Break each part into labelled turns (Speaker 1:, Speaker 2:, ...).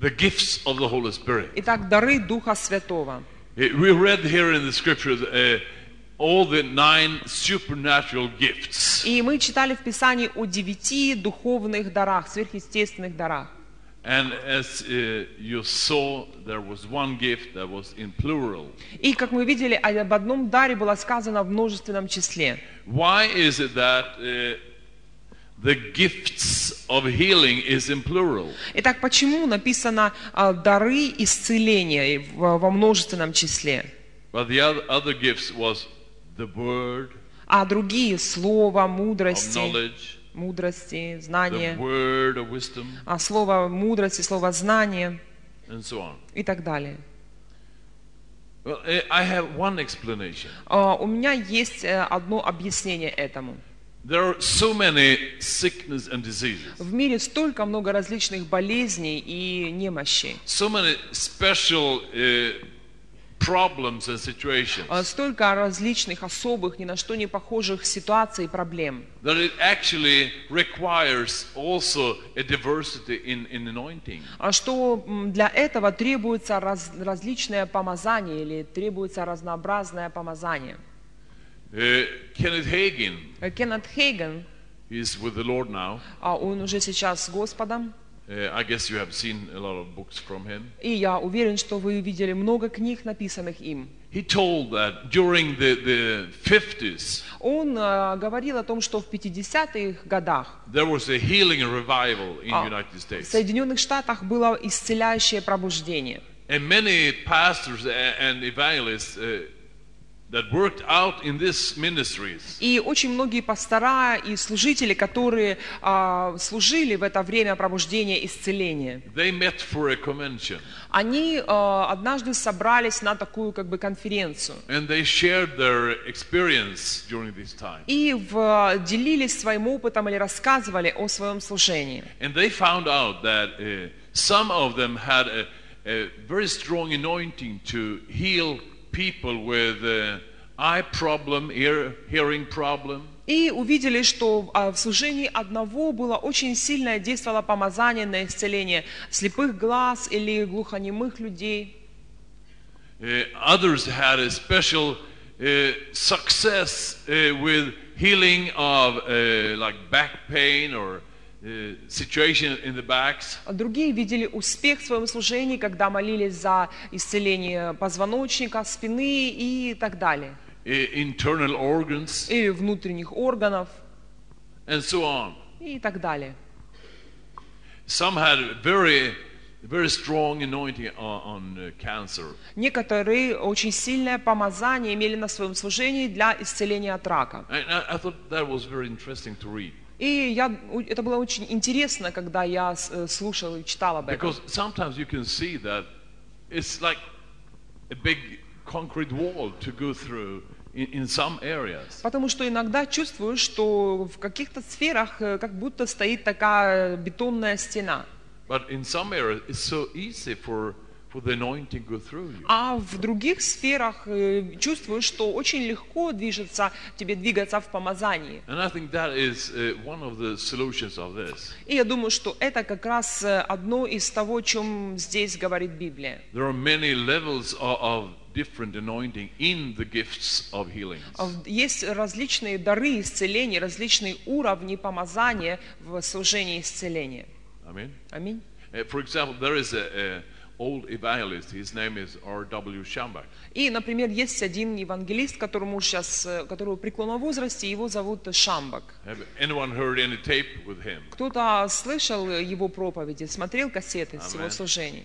Speaker 1: the gifts of the Holy Spirit.
Speaker 2: Итак, дары Духа Святого.
Speaker 1: Eh, We read here in the scriptures eh, all the nine supernatural gifts.
Speaker 2: И мы читали в Писании о девяти духовных дарах, сверхъестественных дарах.
Speaker 1: And as eh, you saw, there was one gift that was in plural.
Speaker 2: И, как мы видели, о- об одном даре было сказано в множественном числе.
Speaker 1: Why is it that eh, the gifts of healing is in plural?
Speaker 2: Итак, почему написано а, дары исцеления в- во множественном числе,
Speaker 1: But the other, other gifts was the word
Speaker 2: а другие слово
Speaker 1: of
Speaker 2: мудрости,
Speaker 1: knowledge,
Speaker 2: мудрости,
Speaker 1: the
Speaker 2: знания,
Speaker 1: word of wisdom,
Speaker 2: а слово мудрости, слово знание
Speaker 1: and so on.
Speaker 2: и так далее.
Speaker 1: Well, eh, I have one explanation.
Speaker 2: А, У меня есть э, одно объяснение этому.
Speaker 1: There are so many sickness and diseases,
Speaker 2: В мире столько много различных болезней и немощей.
Speaker 1: so many special uh, problems and
Speaker 2: А,
Speaker 1: situations
Speaker 2: столько различных, особых, ни на что не похожих ситуаций и проблем,
Speaker 1: that it actually requires also a diversity in, in anointing.
Speaker 2: а что м, для этого требуется раз- различное помазание или требуется разнообразное помазание.
Speaker 1: Uh, Kenneth Hagin
Speaker 2: Э, Кеннет Хейген,
Speaker 1: is with the Lord now.
Speaker 2: а он уже сейчас с Господом,
Speaker 1: Uh, I guess you have seen a lot of books from him.
Speaker 2: и я уверен, что вы видели много книг, написанных им.
Speaker 1: He told that during the, the 50s,
Speaker 2: Он э, говорил о том, что в 50-х годах
Speaker 1: there was a healing revival in the
Speaker 2: А,
Speaker 1: United
Speaker 2: в
Speaker 1: States.
Speaker 2: Соединенных Штатах было исцеляющее пробуждение.
Speaker 1: And many pastors a- and evangelists uh, that worked out in these ministries,
Speaker 2: И очень многие пастора и служители, которые а, служили в это время пробуждения и исцеления,
Speaker 1: they met for a convention
Speaker 2: они а, однажды собрались на такую как бы конференцию
Speaker 1: and they shared their experience during this time.
Speaker 2: и в- делились своим опытом или рассказывали о своем служении.
Speaker 1: And they found out that uh, some of them had a, a very strong anointing to heal people with uh, eye problem, ear, hearing problem,
Speaker 2: И увидели, что а, в служении одного было очень сильное действовало помазание на исцеление слепых глаз или глухонемых людей.
Speaker 1: Uh, others had a special uh, success uh, with healing of uh, like back pain or uh, situation in the backs.
Speaker 2: Другие видели успех в своем служении, когда молились за исцеление позвоночника, спины и так далее,
Speaker 1: uh, Internal organs
Speaker 2: и внутренних органов
Speaker 1: and so on.
Speaker 2: и так далее.
Speaker 1: Some had very, very strong anointing on, on uh, cancer.
Speaker 2: Некоторые очень сильное помазание имели на своем служении для исцеления от рака.
Speaker 1: And I, I thought that was very interesting to read
Speaker 2: И я, у- это было очень интересно, когда я с- э, слушала и читала об этом.
Speaker 1: because sometimes you can see that it's like a big concrete wall to go through in, in some areas.
Speaker 2: Потому что иногда чувствую, что в каких-то сферах э, как будто стоит такая бетонная стена.
Speaker 1: But in some areas, it's so easy for, for the anointing to go through you.
Speaker 2: А в других сферах э, чувствую, что очень легко движется, тебе двигаться в помазании.
Speaker 1: And I think that is uh, one of the solutions of this.
Speaker 2: И я думаю, что это как раз э, одно из того, о чем здесь говорит Библия.
Speaker 1: There are many levels of, of different anointing in the gifts of healings.
Speaker 2: А в- Есть различные дары исцеления, различные уровни помазания в служении исцеления.
Speaker 1: I mean,
Speaker 2: Аминь.
Speaker 1: uh, for example, there is a, a old evangelist. His name is R.W. Schambach.
Speaker 2: И, например, есть один евангелист, которому сейчас, которого преклонном возрасте, его zовут Шамбак.
Speaker 1: Have anyone heard any tape with him?
Speaker 2: Кто-то слышал его проповеди, смотрел кассеты с его
Speaker 1: Амен.
Speaker 2: служений.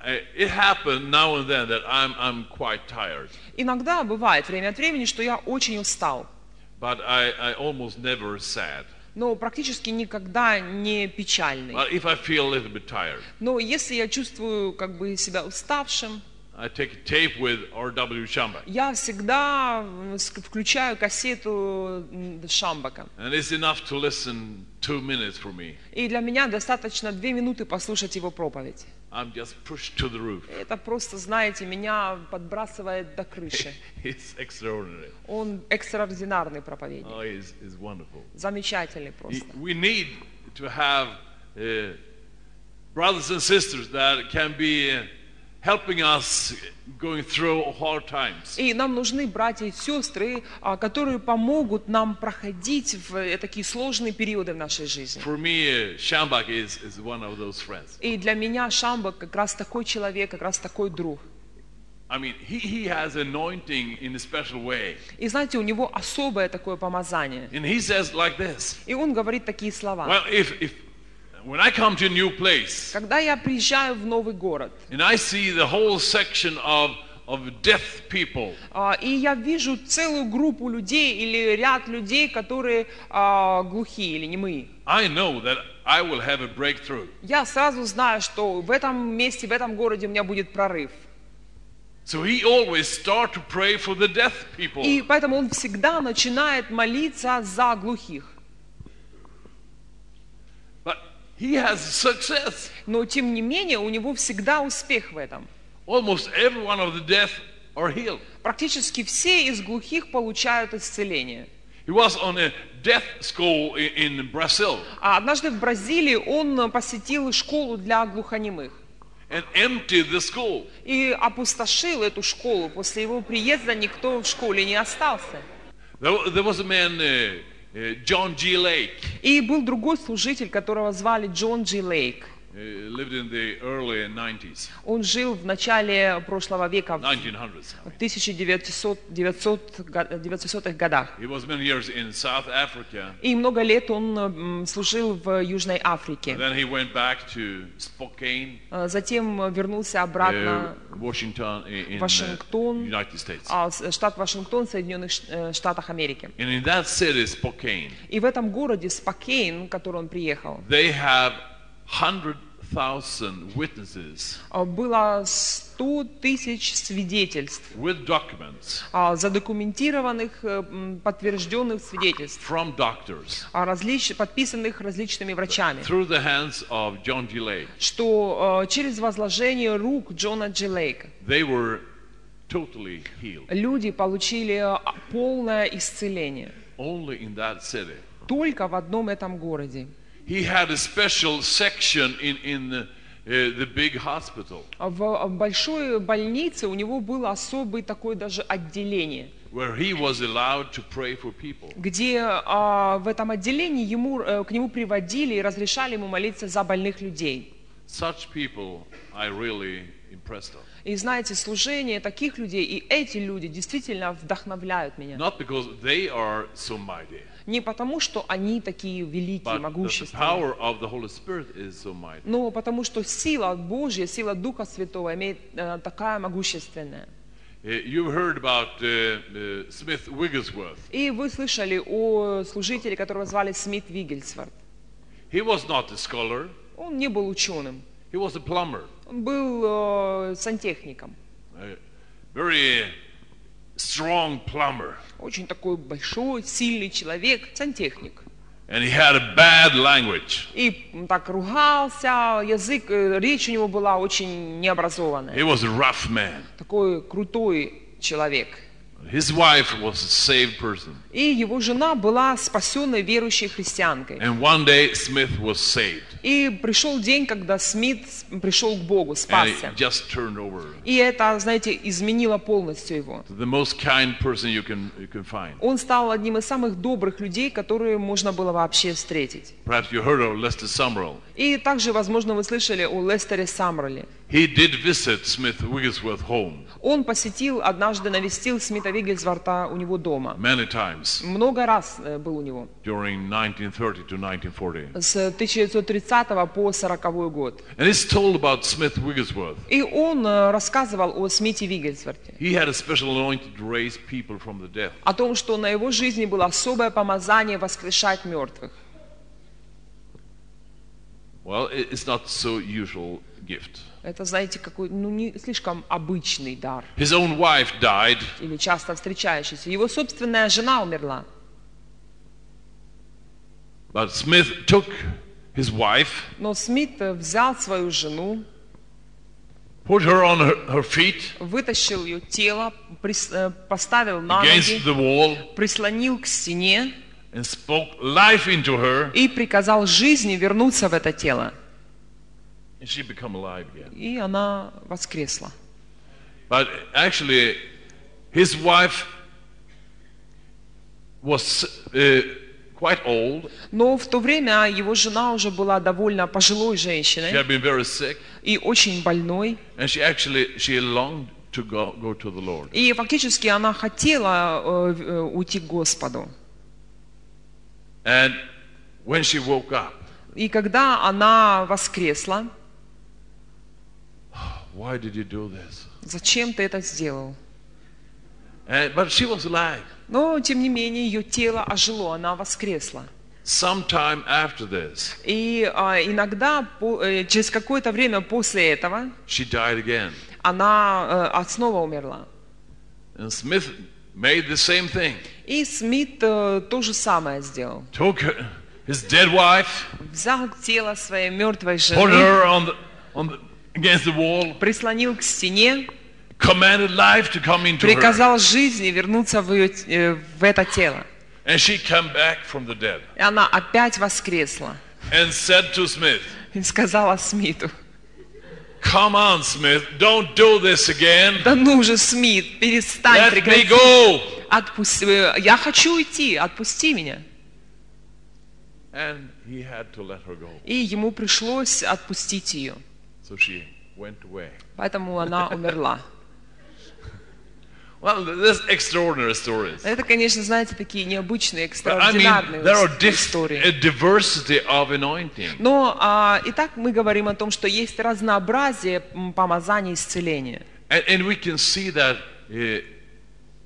Speaker 1: Uh, it happened now and then that I'm, I'm quite tired,
Speaker 2: Иногда бывает время от времени, что я очень устал,
Speaker 1: but I, I almost never sad.
Speaker 2: но практически никогда не печальный.
Speaker 1: But if I feel a little bit tired,
Speaker 2: Но если я чувствую как бы себя уставшим,
Speaker 1: I take a tape with R.W. Schambach.
Speaker 2: я всегда м, ск- включаю кассету м, Шамбака.
Speaker 1: And it's enough to listen two minutes for me.
Speaker 2: И для меня достаточно две минуты послушать его проповедь.
Speaker 1: I'm just pushed to the roof.
Speaker 2: Это просто, знаете, меня подбрасывает до крыши.
Speaker 1: It's extraordinary.
Speaker 2: Он экстраординарный проповедник,
Speaker 1: Oh, it's, it's wonderful.
Speaker 2: замечательный
Speaker 1: Y-
Speaker 2: просто.
Speaker 1: We need to have uh, brothers and sisters that can be uh, helping us going through hard times.
Speaker 2: И нам нужны братья и сестры, а, которые помогут нам проходить в э, такие сложные периоды в нашей жизни.
Speaker 1: For me, uh, Shambach is, is one of those friends.
Speaker 2: И для меня Шамбак как раз такой человек, как раз такой друг.
Speaker 1: I mean, he, he has anointing in a special way.
Speaker 2: И знаете, у него особое такое помазание.
Speaker 1: And he says like this
Speaker 2: И он говорит такие слова.
Speaker 1: Well, if, if when I come to a new place
Speaker 2: Когда я приезжаю в новый город,
Speaker 1: and I see the whole section of, of deaf people,
Speaker 2: а, и я вижу целую группу людей или ряд людей, которые а, глухие или немые,
Speaker 1: I know that I will have a breakthrough.
Speaker 2: я сразу знаю, что в этом месте, в этом городе у меня будет прорыв.
Speaker 1: So he always start to pray for the deaf people.
Speaker 2: И поэтому он всегда начинает молиться за глухих.
Speaker 1: But he has success.
Speaker 2: Но тем не менее у него всегда успех в этом.
Speaker 1: Almost every one of the deaf are healed.
Speaker 2: Практически все из глухих получают исцеление.
Speaker 1: He was on a deaf school i- in Brazil,
Speaker 2: А однажды в Бразилии он посетил школу для глухонемых
Speaker 1: and emptied the school.
Speaker 2: и опустошил эту школу. После его приезда никто в школе не остался.
Speaker 1: There, wa- there was a man, uh, uh, John G. Lake,
Speaker 2: И был другой служитель, которого звали Джон Джи Лейк.
Speaker 1: uh, lived in the early 90s,
Speaker 2: Он жил в начале прошлого века, в
Speaker 1: 1900s.
Speaker 2: 1900-х годах.
Speaker 1: He was many years in South Africa.
Speaker 2: И много лет он м, служил в Южной
Speaker 1: And
Speaker 2: Африке.
Speaker 1: then he went back to Spokane,
Speaker 2: Э, Затем вернулся
Speaker 1: uh,
Speaker 2: обратно
Speaker 1: Washington, i- in the
Speaker 2: Вашингтон.
Speaker 1: United States.
Speaker 2: а, с- штат Вашингтон, Соединенных Ш- э, Штатах Америки.
Speaker 1: And in that city, Spokane,
Speaker 2: И в этом городе Спокейн, в который он приехал,
Speaker 1: they have 100,000 witnesses
Speaker 2: а, было 100 тысяч свидетельств,
Speaker 1: with documents
Speaker 2: а, задокументированных, э, м, подтвержденных свидетельств,
Speaker 1: from doctors
Speaker 2: а, различ- подписанных различными врачами,
Speaker 1: through the hands of John G. Lake.
Speaker 2: что э, через возложение рук Джона Джи Лейка
Speaker 1: They were totally healed
Speaker 2: люди получили а, полное исцеление
Speaker 1: only in that city.
Speaker 2: только в одном этом городе.
Speaker 1: He had a special section in, in the, uh, the big hospital
Speaker 2: А В в большой больнице у него было особое такое даже отделение.
Speaker 1: where he was allowed to pray for people.
Speaker 2: где а, в этом отделении ему, э, к нему приводили и разрешали ему молиться за больных людей.
Speaker 1: Such people I really impressed on.
Speaker 2: И знаете, служение таких людей и эти люди действительно вдохновляют меня.
Speaker 1: Not because they are so mighty,
Speaker 2: Не потому, что они такие великие,
Speaker 1: but that the
Speaker 2: могущественные,
Speaker 1: power of the Holy Spirit is so mighty.
Speaker 2: но потому что сила Божья, сила Духа Святого имеет э, такая могущественная.
Speaker 1: Uh, you've heard about uh, uh, Smith Wigglesworth.
Speaker 2: И вы слышали о служителе, которого звали Смит Вигельсворт.
Speaker 1: He was not a scholar,
Speaker 2: Он не был ученым,
Speaker 1: he was a plumber.
Speaker 2: он был э, сантехником,
Speaker 1: A very strong plumber.
Speaker 2: очень такой большой, сильный человек, сантехник.
Speaker 1: And he had a bad language.
Speaker 2: И м, так ругался, язык, э, речь у него была очень необразованная.
Speaker 1: He was a rough man.
Speaker 2: Такой крутой человек.
Speaker 1: His wife was a saved person.
Speaker 2: И его жена была спасенной верующей христианкой.
Speaker 1: And one day Smith was saved.
Speaker 2: И пришел день, когда Смит с- пришел к Богу,
Speaker 1: And he
Speaker 2: спасся.
Speaker 1: just turned over.
Speaker 2: И это, знаете, изменило полностью его.
Speaker 1: The most kind person you can, you can find.
Speaker 2: Он стал одним из самых добрых людей, которые можно было вообще встретить.
Speaker 1: Perhaps you heard of Lester Summerall.
Speaker 2: И также, возможно, вы слышали о Лестере Самроле.
Speaker 1: He did visit Smith Wigglesworth home
Speaker 2: Он посетил, однажды навестил Смита Вигельсворта у него дома.
Speaker 1: many times
Speaker 2: Много раз э, был у него.
Speaker 1: during 1930 to 1940.
Speaker 2: с 1930 по 1940 год.
Speaker 1: And it's told about Smith Wigglesworth.
Speaker 2: И он э, рассказывал о Смите Вигельсворте,
Speaker 1: He had a special anointing to raise people from the dead.
Speaker 2: о том, что на его жизни было особое помазание воскрешать мертвых.
Speaker 1: Well, i- it's not so usual gift.
Speaker 2: Это, знаете, какой, ну, не слишком обычный дар
Speaker 1: His own wife died,
Speaker 2: или часто встречающийся. Его собственная жена умерла,
Speaker 1: but Smith took his wife,
Speaker 2: но Смит э, взял свою жену,
Speaker 1: put her on her, her feet
Speaker 2: вытащил ее тело, прис- э, поставил на ноги,
Speaker 1: against the wall,
Speaker 2: прислонил к стене
Speaker 1: and spoke life into her.
Speaker 2: и приказал жизни вернуться в это тело.
Speaker 1: and she became alive again.
Speaker 2: и она воскресла.
Speaker 1: But actually, his wife was uh, quite old.
Speaker 2: Но в то время его жена уже была довольно пожилой
Speaker 1: She
Speaker 2: женщиной
Speaker 1: had been very sick,
Speaker 2: и очень больной.
Speaker 1: and she actually she longed to go, go to the Lord.
Speaker 2: И фактически она хотела э, в- э, уйти к Господу.
Speaker 1: And when she woke up,
Speaker 2: И когда она воскресла,
Speaker 1: why did you do this?
Speaker 2: зачем ты это сделал?
Speaker 1: And, but she was alive.
Speaker 2: Но, тем не менее, ее тело ожило, она воскресла.
Speaker 1: Sometime after this,
Speaker 2: И а, иногда, по- э, через какое-то время после этого,
Speaker 1: she died again.
Speaker 2: она э, а, снова умерла.
Speaker 1: And Smith made the same thing.
Speaker 2: И Смит э, то же самое сделал.
Speaker 1: Took her, his dead wife,
Speaker 2: Взял тело своей мертвой
Speaker 1: put
Speaker 2: жены,
Speaker 1: her on the, on the, against the wall,
Speaker 2: прислонил к стене,
Speaker 1: commanded life to come into her.
Speaker 2: приказал жизни вернуться в, её т- э, в это тело.
Speaker 1: And she came back from the dead
Speaker 2: И она опять воскресла.
Speaker 1: and said to Smith,
Speaker 2: И сказала Смиту,
Speaker 1: Come on, Smith, don't do this again.
Speaker 2: да ну же, Смит, перестань,
Speaker 1: Let me
Speaker 2: прекрати.
Speaker 1: go.
Speaker 2: Отпусти, э, я хочу уйти, отпусти меня.
Speaker 1: And he had to let her go.
Speaker 2: И ему пришлось отпустить ее.
Speaker 1: So she went away.
Speaker 2: Поэтому она умерла.
Speaker 1: Well, this extraordinary stories.
Speaker 2: Это, конечно, знаете, такие необычные,
Speaker 1: But I mean,
Speaker 2: экстраординарные
Speaker 1: there are
Speaker 2: ис-
Speaker 1: dif-
Speaker 2: истории.
Speaker 1: a diversity of anointing.
Speaker 2: Но а, и так мы говорим о том, что есть разнообразие м, помазаний и исцеления.
Speaker 1: And, and we can see that eh,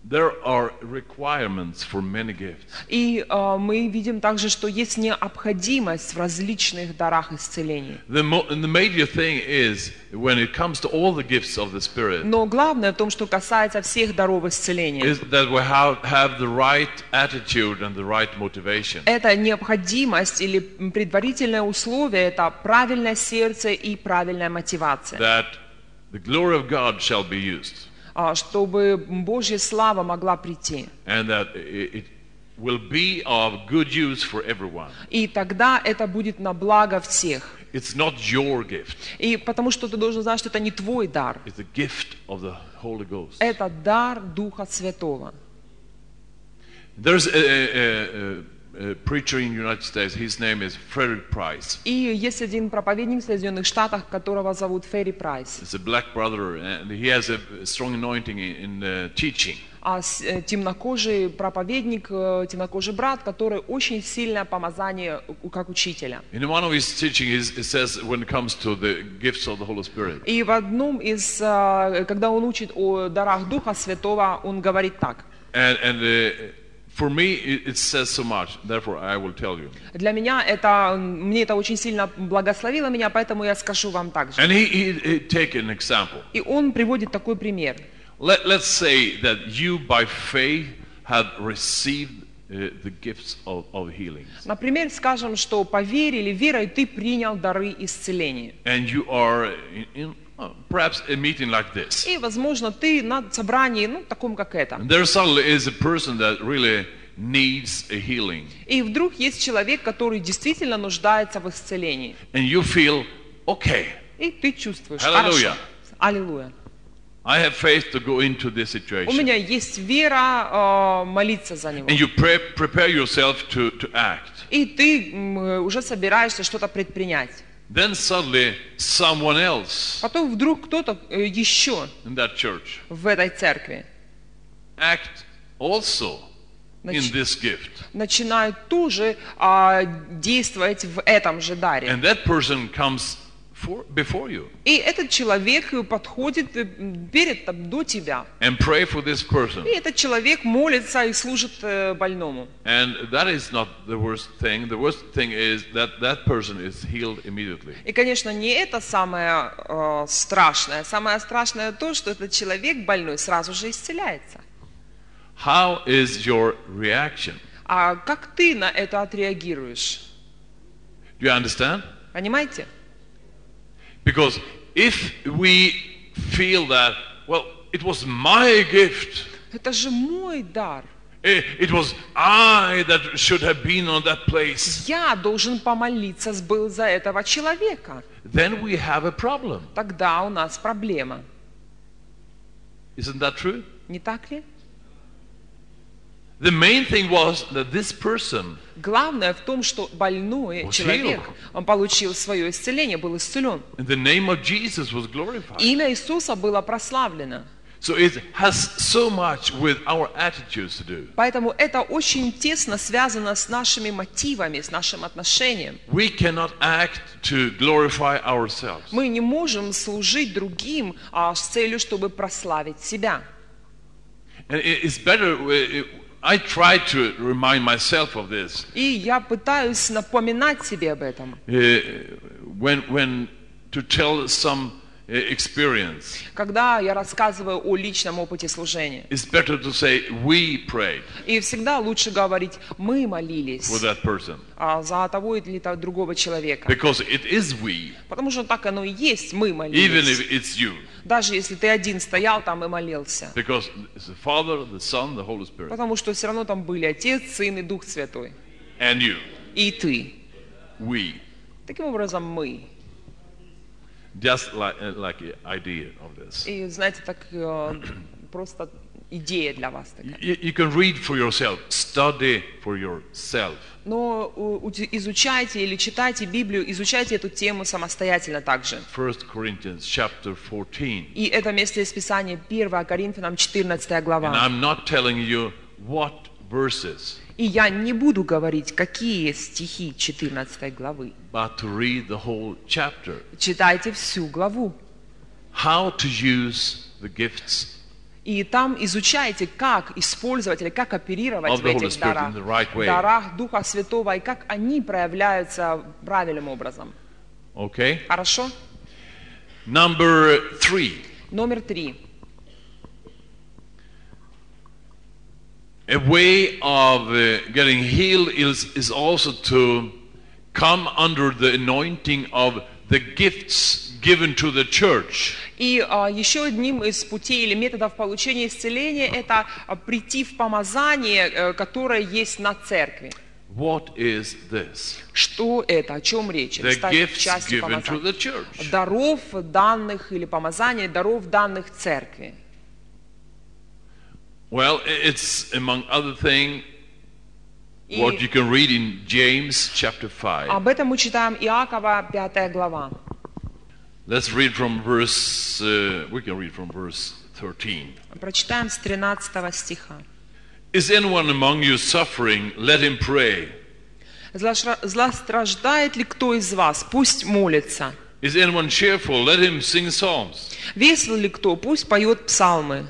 Speaker 1: there are requirements for many gifts.
Speaker 2: И а, мы видим также, что есть необходимость в различных дарах исцеления.
Speaker 1: The, mo- and the major thing is when it comes to all the gifts of the Spirit,
Speaker 2: Но главное в том, что касается всех даров исцеления,
Speaker 1: is that we have, have the right attitude and the right motivation.
Speaker 2: это необходимость или м, предварительное условие, это правильное сердце и правильная мотивация.
Speaker 1: That the glory of God shall be used,
Speaker 2: а, чтобы Божья слава могла прийти.
Speaker 1: and that it, it will be of good use for everyone.
Speaker 2: И тогда это будет на благо всех.
Speaker 1: It's not your gift;
Speaker 2: И потому что ты должен знать, что это не твой дар.
Speaker 1: it's the gift of the Holy Ghost.
Speaker 2: Это дар Духа Святого.
Speaker 1: There's a, a, a, a preacher in the United States. His name is Frederick Price.
Speaker 2: И есть один проповедник в Соединенных Штатах, которого зовут Ферри Прайс.
Speaker 1: He's a black brother, and he has a strong anointing in, in uh, teaching.
Speaker 2: А с- э, темнокожий проповедник, э, темнокожий брат, который очень сильное помазание у- как учителя.
Speaker 1: In one of his teachings, he says, when it comes to the gifts of the Holy Spirit,
Speaker 2: И в одном из, э, когда он учит о дарах Духа Святого, он говорит так.
Speaker 1: and, and uh, for me, it, it says so much. Therefore, I will tell you.
Speaker 2: Для меня это, мне это очень сильно благословило меня, поэтому я скажу вам так же.
Speaker 1: And he, he, he take an example.
Speaker 2: И он приводит такой пример.
Speaker 1: Let, let's say that you, by faith, have received uh, the gifts of, of healing,
Speaker 2: Например, скажем, что по вере или верой ты принял дары исцеления.
Speaker 1: and you are in, in uh, perhaps a meeting like this.
Speaker 2: И, возможно, ты на собрании, ну, таком, как это.
Speaker 1: And there suddenly is a person that really needs a healing,
Speaker 2: И вдруг есть человек, который действительно нуждается в исцелении.
Speaker 1: and you feel, okay,
Speaker 2: И ты чувствуешь.
Speaker 1: Аллилуйя.
Speaker 2: «Хорошо, Аллилуйя.
Speaker 1: I have faith to go into this
Speaker 2: У
Speaker 1: situation.
Speaker 2: меня есть вера э, молиться за него.
Speaker 1: And you pre- prepare yourself to, to act.
Speaker 2: И ты м, э, уже собираешься что-то предпринять.
Speaker 1: Then suddenly, someone else
Speaker 2: Потом вдруг кто-то э, еще
Speaker 1: in that church
Speaker 2: в этой церкви
Speaker 1: act also in this gift.
Speaker 2: начинают тоже а, действовать в этом же даре.
Speaker 1: And that person comes for, before you
Speaker 2: И этот человек подходит э, перед тоб- до тебя.
Speaker 1: and pray for this person.
Speaker 2: И этот человек молится и служит э, больному.
Speaker 1: And that is not the worst thing. The worst thing is that that person is healed immediately.
Speaker 2: И, конечно, не это самое э, страшное. Самое страшное то, что этот человек больной сразу же исцеляется.
Speaker 1: How is your reaction?
Speaker 2: А как ты на это отреагируешь?
Speaker 1: Do you understand?
Speaker 2: Понимаете?
Speaker 1: Because if we feel that, well, it was my gift,
Speaker 2: Это же мой дар.
Speaker 1: Eh, It was I that should have been on that place.
Speaker 2: Я должен помолиться с- был за этого человека.
Speaker 1: Then we have a problem.
Speaker 2: Тогда у нас проблема.
Speaker 1: Isn't that true?
Speaker 2: Не так ли?
Speaker 1: The main thing was that this person
Speaker 2: Главное в том, что больной
Speaker 1: Was
Speaker 2: человек,
Speaker 1: healed.
Speaker 2: он получил свое исцеление, был исцелен.
Speaker 1: in the name of Jesus was glorified.
Speaker 2: Имя Иисуса было прославлено.
Speaker 1: So it has so much with our attitudes to do.
Speaker 2: Поэтому это очень тесно связано с нашими мотивами, с нашим отношением.
Speaker 1: We cannot act to glorify ourselves.
Speaker 2: Мы не можем служить другим а, с целью, чтобы прославить себя.
Speaker 1: And it- it's better, uh, I try to remind myself of this.
Speaker 2: И я пытаюсь напоминать себе об этом.
Speaker 1: uh, when, when to tell some uh, experience,
Speaker 2: Когда я рассказываю о личном опыте служения.
Speaker 1: it's better to say we prayed
Speaker 2: И всегда лучше говорить «мы молились»
Speaker 1: for that person
Speaker 2: а, за того или то- другого человека.
Speaker 1: because it is we,
Speaker 2: Потому что так оно и есть, мы
Speaker 1: even
Speaker 2: молились.
Speaker 1: if it's you,
Speaker 2: Даже если ты один стоял там и молился.
Speaker 1: because it's the Father, the Son, the Holy Spirit,
Speaker 2: Потому что все равно там были Отец, Сын и Дух Святой.
Speaker 1: and you,
Speaker 2: И ты.
Speaker 1: we,
Speaker 2: Таким образом, мы.
Speaker 1: just like uh, like the idea of this.
Speaker 2: И, знаете, так э, просто идея для вас такая.
Speaker 1: You, you can read for yourself, study for yourself.
Speaker 2: Но у- уди- изучайте или читайте Библию, изучайте эту тему самостоятельно также.
Speaker 1: 1 Corinthians chapter 14.
Speaker 2: И это место из Писания 1 Коринфянам 14
Speaker 1: And
Speaker 2: глава.
Speaker 1: I'm not telling you what verses,
Speaker 2: И я не буду говорить, какие стихи 14 главы.
Speaker 1: but to read the whole chapter.
Speaker 2: Читайте всю главу.
Speaker 1: how to use the gifts
Speaker 2: И там изучайте, как использовать или как оперировать
Speaker 1: Of
Speaker 2: в
Speaker 1: the Holy
Speaker 2: этих
Speaker 1: Spirit in
Speaker 2: дарах,
Speaker 1: the right way.
Speaker 2: дарах Духа Святого, и как они проявляются правильным образом.
Speaker 1: okay
Speaker 2: Хорошо?
Speaker 1: number three
Speaker 2: Номер три.
Speaker 1: a way of uh, getting healed is, is also to come under the anointing of the gifts given to the church
Speaker 2: И а, еще одним из путей или методов получения исцеления это а, прийти в помазание, э, которое есть на церкви.
Speaker 1: what is this
Speaker 2: Что это? О чем речь? Или
Speaker 1: the
Speaker 2: стать
Speaker 1: gifts
Speaker 2: частью
Speaker 1: given to
Speaker 2: помазания.
Speaker 1: the church
Speaker 2: Даров данных или помазание даров данных церкви.
Speaker 1: well i- it's among other thing
Speaker 2: И
Speaker 1: what you can read in james chapter 5
Speaker 2: об этом мы читаем Иакова 5 глава.
Speaker 1: let's read from verse uh, we can read from verse 13
Speaker 2: Прочитаем с 13 стиха.
Speaker 1: Is anyone among you suffering? Let him pray.
Speaker 2: «Злашра- «Злостраждает ли кто из вас? Пусть молится.
Speaker 1: Is anyone cheerful? Let him sing psalms.
Speaker 2: Весел ли кто? Пусть поет псалмы.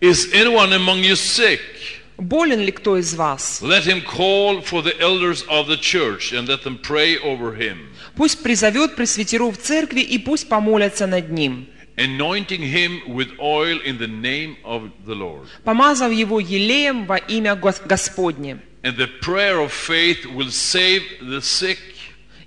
Speaker 1: Is anyone among you sick?
Speaker 2: Болен ли кто из вас?
Speaker 1: Let him call for the elders of the church and let them pray over him,
Speaker 2: Пусть призовет пресвитеров церкви и пусть помолятся над ним,
Speaker 1: anointing him with oil in the name of the Lord.
Speaker 2: помазав его елеем во имя Гос- Господне.
Speaker 1: And the prayer of faith will save the sick,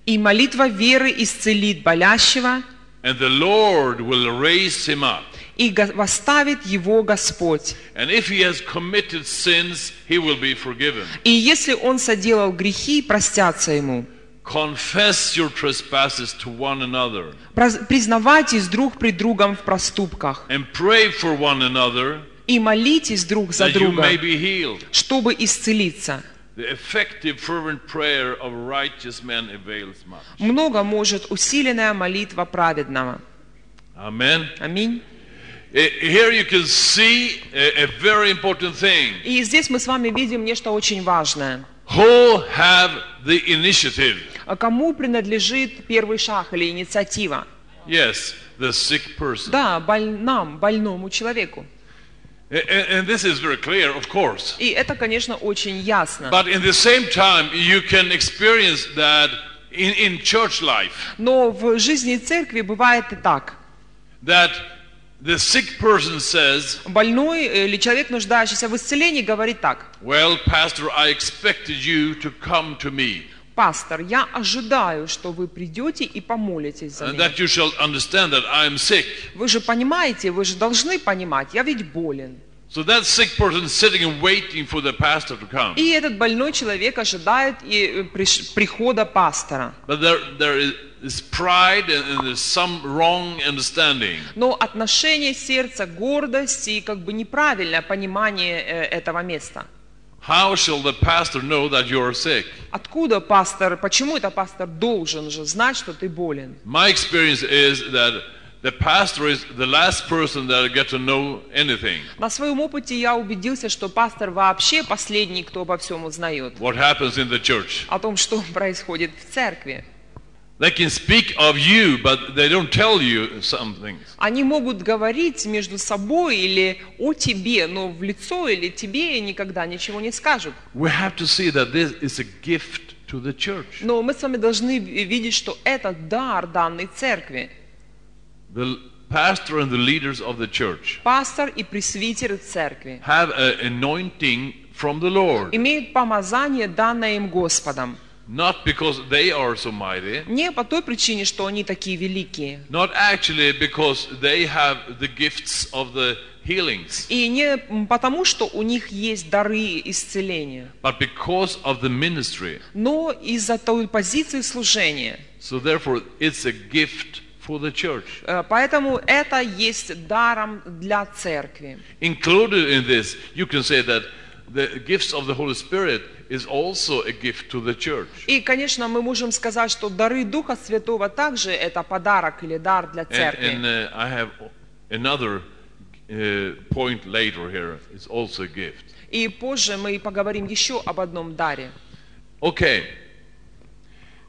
Speaker 2: И молитва веры исцелит болящего,
Speaker 1: and the Lord will raise him up.
Speaker 2: и го- восставит его Господь.
Speaker 1: And if he has committed sins, he will be forgiven.
Speaker 2: И если он соделал грехи, простятся ему.
Speaker 1: Confess your trespasses to one another.
Speaker 2: Проз- Признавайтесь друг при другом в проступках
Speaker 1: and pray for one another
Speaker 2: и молитесь друг за
Speaker 1: that you
Speaker 2: друга,
Speaker 1: may be healed.
Speaker 2: чтобы исцелиться.
Speaker 1: The effective, fervent prayer of a righteous man avails much.
Speaker 2: Много может усиленная молитва праведного.
Speaker 1: Amen.
Speaker 2: Аминь.
Speaker 1: Eh, Here you can see a, a very important thing.
Speaker 2: И здесь мы с вами видим нечто очень важное.
Speaker 1: Who have the initiative?
Speaker 2: А Кому принадлежит первый шаг или инициатива?
Speaker 1: Yes, the sick person.
Speaker 2: Да, боль- нам, больному человеку.
Speaker 1: Eh, And, and this is very clear, of course.
Speaker 2: И это, конечно, очень ясно.
Speaker 1: But in the same time, you can experience that in, in church life,
Speaker 2: Но в жизни церкви бывает и так.
Speaker 1: that the sick person says,
Speaker 2: Больной э, или человек, нуждающийся в исцелении, говорит так.
Speaker 1: Well, Pastor, I expected you to come to me.
Speaker 2: «Пастор, я ожидаю, что вы придете и помолитесь за
Speaker 1: And
Speaker 2: меня.
Speaker 1: that you shall understand that I am sick.
Speaker 2: Вы же понимаете, вы же должны понимать, я ведь болен.
Speaker 1: So that sick person is sitting and waiting for the pastor to come.
Speaker 2: И этот больной человек ожидает и э, приш- прихода пастора.
Speaker 1: But there, there is- is pride and, and there's some wrong understanding.
Speaker 2: Но отношение сердца, гордость и как бы неправильное понимание э, этого места.
Speaker 1: How shall the pastor know that you are sick?
Speaker 2: Откуда пастор, почему это пастор должен же знать, что ты болен?
Speaker 1: My experience is that the pastor is the last person that get to know anything.
Speaker 2: На своем опыте я убедился, что пастор вообще последний, кто обо всем узнает.
Speaker 1: What happens in the church?
Speaker 2: О том, что происходит в церкви.
Speaker 1: They can speak of you, but they don't tell you some things.
Speaker 2: Они могут говорить между собой или о тебе, но в лицо или тебе никогда ничего не скажут.
Speaker 1: We have to see that this is a gift to the church.
Speaker 2: Но мы с вами должны ви- видеть, что это дар данной церкви.
Speaker 1: The pastor and the leaders of the church
Speaker 2: Пастор и пресвитер церкви
Speaker 1: have an anointing from the Lord,
Speaker 2: имеют помазание, данное им Господом.
Speaker 1: not because they are so mighty,
Speaker 2: Не по той причине, что они такие великие,
Speaker 1: not actually because they have the gifts of the healings,
Speaker 2: и не потому, что у них есть дары исцеления,
Speaker 1: but because of the ministry.
Speaker 2: но из-за той позиции служения.
Speaker 1: So therefore, it's a gift for the church.
Speaker 2: Э, Поэтому это есть даром для церкви.
Speaker 1: Included in this, you can say that the gifts of the Holy Spirit is also a gift to the church.
Speaker 2: И, конечно, мы можем сказать, что дары Духа Святого также это подарок или дар для
Speaker 1: And,
Speaker 2: церкви.
Speaker 1: and uh, I have another uh, point later here. It's also a gift.
Speaker 2: И позже мы поговорим еще об одном даре.
Speaker 1: Okay.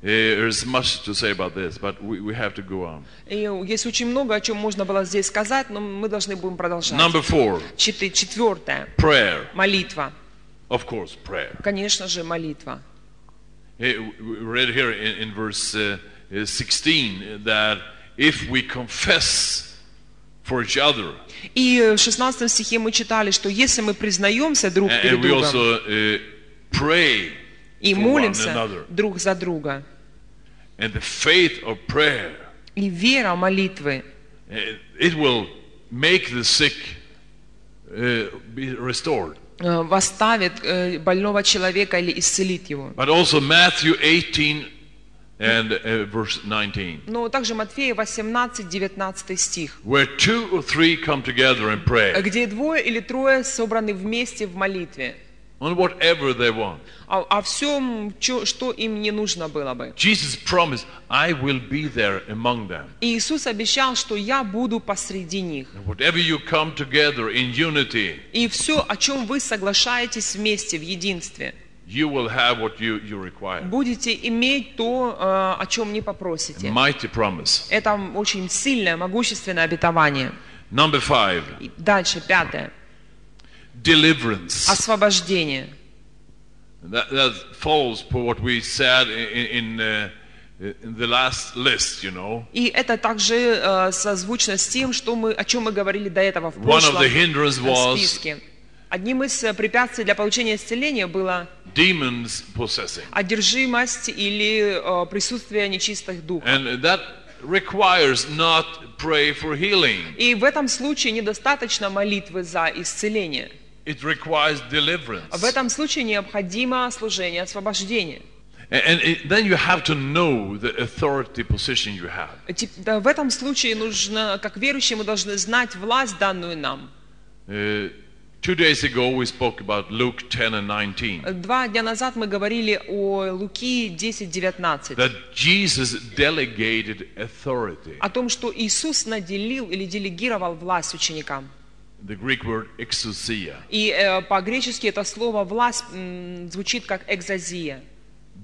Speaker 1: Uh, there's much to say about this, but we, we have to go on.
Speaker 2: И есть очень много, о чем можно было здесь сказать, но мы должны будем продолжать.
Speaker 1: Number four,
Speaker 2: Четы- Четвертое.
Speaker 1: prayer.
Speaker 2: Молитва.
Speaker 1: Of course, prayer.
Speaker 2: Конечно же, молитва.
Speaker 1: Eh, We read here in, in verse uh, uh, 16 that if we confess for each other,
Speaker 2: И э, в 16 стихе мы читали, что если мы признаемся друг
Speaker 1: and,
Speaker 2: перед
Speaker 1: and we
Speaker 2: другом
Speaker 1: also uh, pray,
Speaker 2: и
Speaker 1: for one
Speaker 2: молимся
Speaker 1: another.
Speaker 2: друг за друга,
Speaker 1: and the faith of prayer,
Speaker 2: и вера молитвы, э,
Speaker 1: eh, it will make the sick uh, be restored.
Speaker 2: э, восставит э, больного человека или исцелит его.
Speaker 1: But also Matthew 18 and uh, verse 19,
Speaker 2: Но также Матфея 18, 19 стих,
Speaker 1: where two or three come together and
Speaker 2: э,
Speaker 1: pray
Speaker 2: где двое или трое собраны вместе в молитве
Speaker 1: on whatever they want.
Speaker 2: о, о всем, чё- что им не нужно было бы.
Speaker 1: Jesus promised, I will be there among them.
Speaker 2: И Иисус обещал, что я буду посреди них.
Speaker 1: And Whatever you come together in unity,
Speaker 2: И все, о чем вы соглашаетесь вместе в единстве,
Speaker 1: you will have what you, you require.
Speaker 2: будете иметь то, э, о чем не попросите.
Speaker 1: Mighty promise.
Speaker 2: Это очень сильное, могущественное обетование.
Speaker 1: Number five,
Speaker 2: И дальше, пятое.
Speaker 1: deliverance.
Speaker 2: Освобождение.
Speaker 1: That, that follows for what we said in, in, uh, in the last list, you know.
Speaker 2: И это также э, созвучно с тем, что мы, о чем мы говорили до этого в
Speaker 1: One of
Speaker 2: прошлом
Speaker 1: the hindrances
Speaker 2: э,
Speaker 1: was
Speaker 2: списке. Одним из э, препятствий для получения исцеления было
Speaker 1: demons possessing.
Speaker 2: одержимость или э, присутствие нечистых духов.
Speaker 1: And that requires not pray for healing.
Speaker 2: И в этом случае недостаточно молитвы за исцеление.
Speaker 1: It requires
Speaker 2: В
Speaker 1: deliverance.
Speaker 2: этом случае необходимо служение освобождения.
Speaker 1: And it, then you have to know the authority position you have.
Speaker 2: Тип- да, В этом случае нужно, как верующие, мы должны знать власть, данную нам.
Speaker 1: Uh, two days ago, we spoke about Luke 10 and 19.
Speaker 2: Два дня назад мы говорили о Луки 10.19,
Speaker 1: That Jesus delegated authority.
Speaker 2: о том, что Иисус наделил или делегировал власть ученикам.
Speaker 1: The Greek word exousia.
Speaker 2: И э, по-гречески это слово «власть» м, звучит как «экзазия»,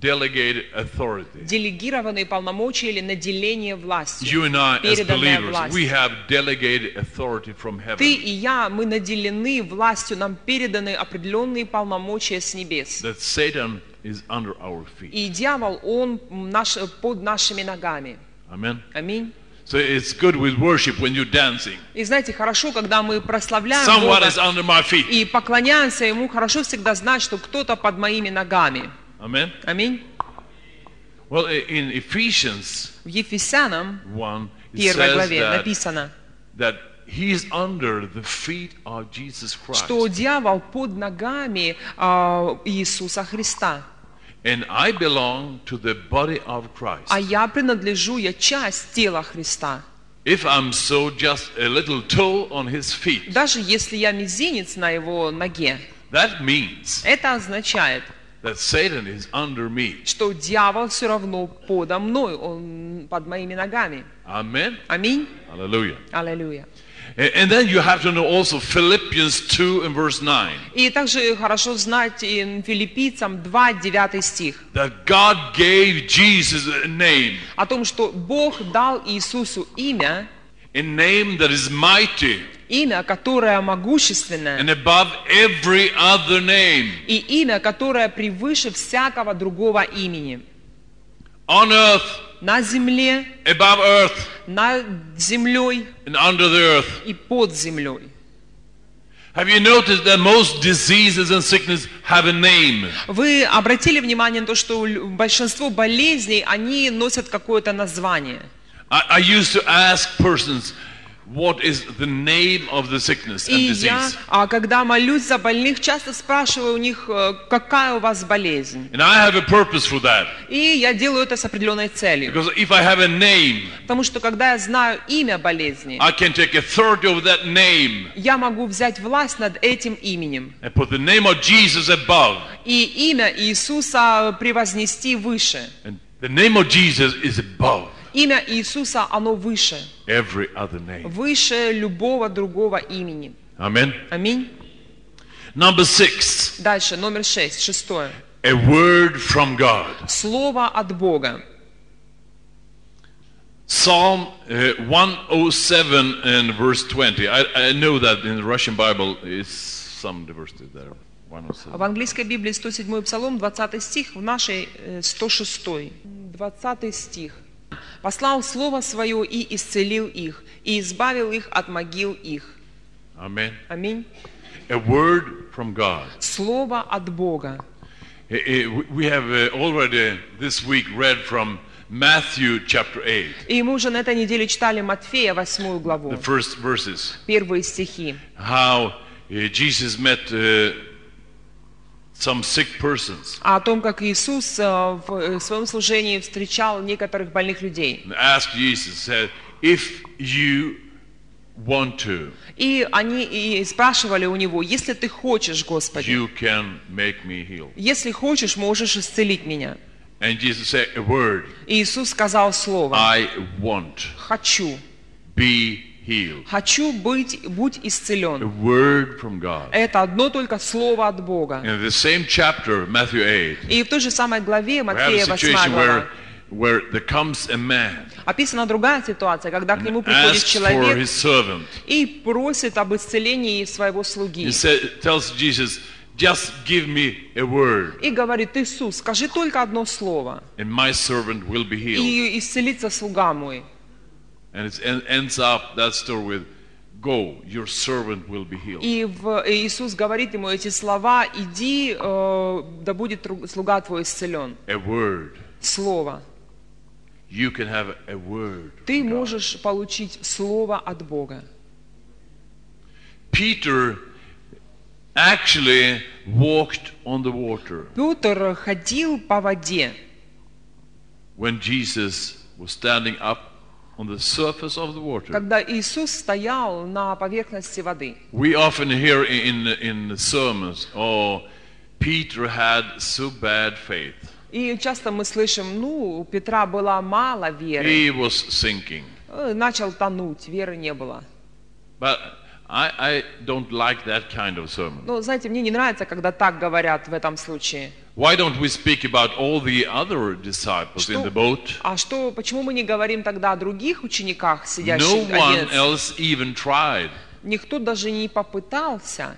Speaker 1: Delegated authority.
Speaker 2: делегированные полномочия или наделение властью.
Speaker 1: You and I, as
Speaker 2: Переданная
Speaker 1: believers,
Speaker 2: власть.
Speaker 1: we have delegated authority from
Speaker 2: Ты
Speaker 1: heaven.
Speaker 2: и я, мы наделены властью, нам переданы определенные полномочия с небес.
Speaker 1: That Satan is under our feet.
Speaker 2: И дьявол, он м, наш- под нашими ногами.
Speaker 1: Amen.
Speaker 2: Аминь.
Speaker 1: So it's good with worship when you're dancing.
Speaker 2: И знаете, хорошо, когда мы прославляем
Speaker 1: Someone
Speaker 2: Бога
Speaker 1: is under my feet.
Speaker 2: и поклоняемся Ему, хорошо всегда знать, что кто-то под моими ногами.
Speaker 1: Amen.
Speaker 2: Аминь.
Speaker 1: Well, i- in Ephesians
Speaker 2: В Ефесянам
Speaker 1: 1, it
Speaker 2: 1
Speaker 1: says
Speaker 2: главе
Speaker 1: that,
Speaker 2: написано,
Speaker 1: that he is under the feet of Jesus Christ.
Speaker 2: что дьявол под ногами а, Иисуса Христа.
Speaker 1: And I belong to the body of Christ.
Speaker 2: А я принадлежу, я часть тела Христа.
Speaker 1: If I'm so just a little toe on his feet,
Speaker 2: Даже если я мизинец на его ноге,
Speaker 1: that means
Speaker 2: это означает,
Speaker 1: that Satan is under me.
Speaker 2: что дьявол все равно подо мной, он под моими ногами.
Speaker 1: Amen.
Speaker 2: Аминь.
Speaker 1: Hallelujah.
Speaker 2: Аллилуйя.
Speaker 1: A- And then you have to know also Philippians 2 and verse 9
Speaker 2: И также хорошо знать и филиппийцам 2, 9 стих
Speaker 1: that God gave Jesus a name,
Speaker 2: о том, что Бог дал Иисусу имя,
Speaker 1: a name that is mighty
Speaker 2: имя, которое могущественное,
Speaker 1: and above every other name.
Speaker 2: и имя, которое превыше всякого другого имени.
Speaker 1: on earth,
Speaker 2: На земле,
Speaker 1: above earth,
Speaker 2: над землей
Speaker 1: and under the earth.
Speaker 2: и под землей.
Speaker 1: Have you noticed that most diseases and sickness have a name?
Speaker 2: Вы обратили внимание на то, что у лю- большинство болезней, они носят какое-то название.
Speaker 1: I, I used to ask persons, what is the name of the sickness
Speaker 2: И
Speaker 1: and
Speaker 2: я,
Speaker 1: disease?
Speaker 2: а, когда молюсь за больных, часто спрашиваю у них, э, какая у вас болезнь.
Speaker 1: And I have a purpose for that.
Speaker 2: И я делаю это с определенной целью.
Speaker 1: Because if I have a name,
Speaker 2: Потому что когда я знаю имя болезни,
Speaker 1: I can take authority over that name
Speaker 2: я могу взять власть над этим именем.
Speaker 1: and put the name of Jesus above.
Speaker 2: И имя Иисуса превознести выше.
Speaker 1: And the name of Jesus is above
Speaker 2: Имя Иисуса, оно выше.
Speaker 1: every other name.
Speaker 2: Выше любого другого имени.
Speaker 1: Amen.
Speaker 2: Аминь.
Speaker 1: Number six,
Speaker 2: Дальше, номер шесть, шестое.
Speaker 1: a word from God.
Speaker 2: Слово от Бога.
Speaker 1: Psalm uh, 107 and verse 20. I, I know that in the Russian Bible is some diversity there.
Speaker 2: В
Speaker 1: 107.
Speaker 2: английской Библии 107 псалом, 20 стих, в нашей э, 106. 20 стих. «Послал Слово Свое и исцелил их, и избавил их от могил их».
Speaker 1: Amen.
Speaker 2: Аминь.
Speaker 1: A word from God.
Speaker 2: Слово от Бога.
Speaker 1: Eh, eh, we- We have uh, already this week read from Matthew chapter 8,
Speaker 2: И мы уже на этой неделе читали Матфея 8 главу,
Speaker 1: the first verses,
Speaker 2: первые стихи.
Speaker 1: how eh, Jesus met uh, some sick persons
Speaker 2: О том, как Иисус э, в э, своем служении встречал некоторых больных людей.
Speaker 1: and asked Jesus, said, if you want to,
Speaker 2: И они и спрашивали у него, если ты хочешь, Господи,
Speaker 1: you can make me heal.
Speaker 2: если хочешь, можешь исцелить меня.
Speaker 1: And Jesus said a word,
Speaker 2: И Иисус сказал слово
Speaker 1: I want,
Speaker 2: «Хочу,
Speaker 1: be healed.
Speaker 2: хочу быть, будь
Speaker 1: A
Speaker 2: исцелен».
Speaker 1: word from God.
Speaker 2: Это одно только слово от Бога.
Speaker 1: In the same chapter, Matthew 8,
Speaker 2: И в той же самой
Speaker 1: we
Speaker 2: главе
Speaker 1: have a
Speaker 2: Матфея 8
Speaker 1: situation where,
Speaker 2: глава
Speaker 1: where there comes a man
Speaker 2: описана другая ситуация, когда к нему
Speaker 1: and
Speaker 2: приходит
Speaker 1: asks for
Speaker 2: человек
Speaker 1: his servant.
Speaker 2: и просит об исцелении своего слуги.
Speaker 1: He said, tells Jesus, just give me a word
Speaker 2: И говорит, Иисус, скажи только одно слово,
Speaker 1: and my servant will be healed.
Speaker 2: и исцелится слуга мой.
Speaker 1: And it en- ends up that story with, go, your servant will be healed.
Speaker 2: И в- и Иисус говорит ему эти слова, иди, э, да будет тру- слуга твой исцелен.
Speaker 1: A word.
Speaker 2: Слово.
Speaker 1: You can have a word.
Speaker 2: Ты
Speaker 1: from God.
Speaker 2: можешь получить слово от Бога.
Speaker 1: Peter actually walked on the water
Speaker 2: Петр ходил по воде,
Speaker 1: when Jesus was standing up on the surface of the water.
Speaker 2: когда Иисус стоял на поверхности воды.
Speaker 1: We often hear in, in the sermons, oh, Peter had so bad faith.
Speaker 2: И часто мы слышим, ну, у Петра была мало веры,
Speaker 1: He was sinking.
Speaker 2: Э, начал тонуть, веры не было.
Speaker 1: But I, I don't like that kind of sermon.
Speaker 2: Ну, знаете, мне не нравится, когда так говорят в этом случае.
Speaker 1: Why don't we speak about all the other disciples in the boat?
Speaker 2: А что, почему мы не говорим тогда о других учениках,
Speaker 1: No
Speaker 2: сидящих
Speaker 1: one
Speaker 2: одиннадцать?
Speaker 1: else even tried.
Speaker 2: Никто даже не попытался.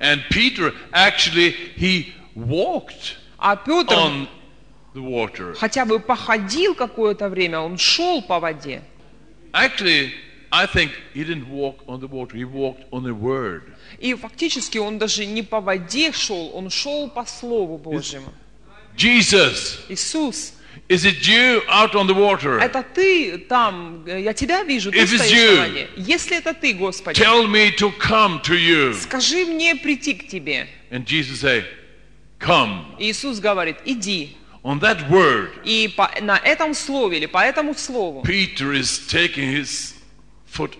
Speaker 1: And Peter actually, he walked
Speaker 2: А Петр
Speaker 1: on the water.
Speaker 2: хотя бы походил какое-то время, он шел по воде.
Speaker 1: Actually, I think he didn't walk on the water, he walked on the word.
Speaker 2: И фактически он даже не по воде шел, он шел по Слову Божьему.
Speaker 1: Jesus,
Speaker 2: Иисус,
Speaker 1: Is it you out on the water?
Speaker 2: Это ты там, э, я тебя вижу, ты
Speaker 1: If it's
Speaker 2: стоишь
Speaker 1: you.
Speaker 2: на воде. Если это ты, Господи,
Speaker 1: Tell me to come to you.
Speaker 2: скажи мне прийти к тебе.
Speaker 1: And Jesus say, come.
Speaker 2: Иисус говорит, иди.
Speaker 1: On that word,
Speaker 2: И по- на этом слове или по этому слову
Speaker 1: Peter is taking his foot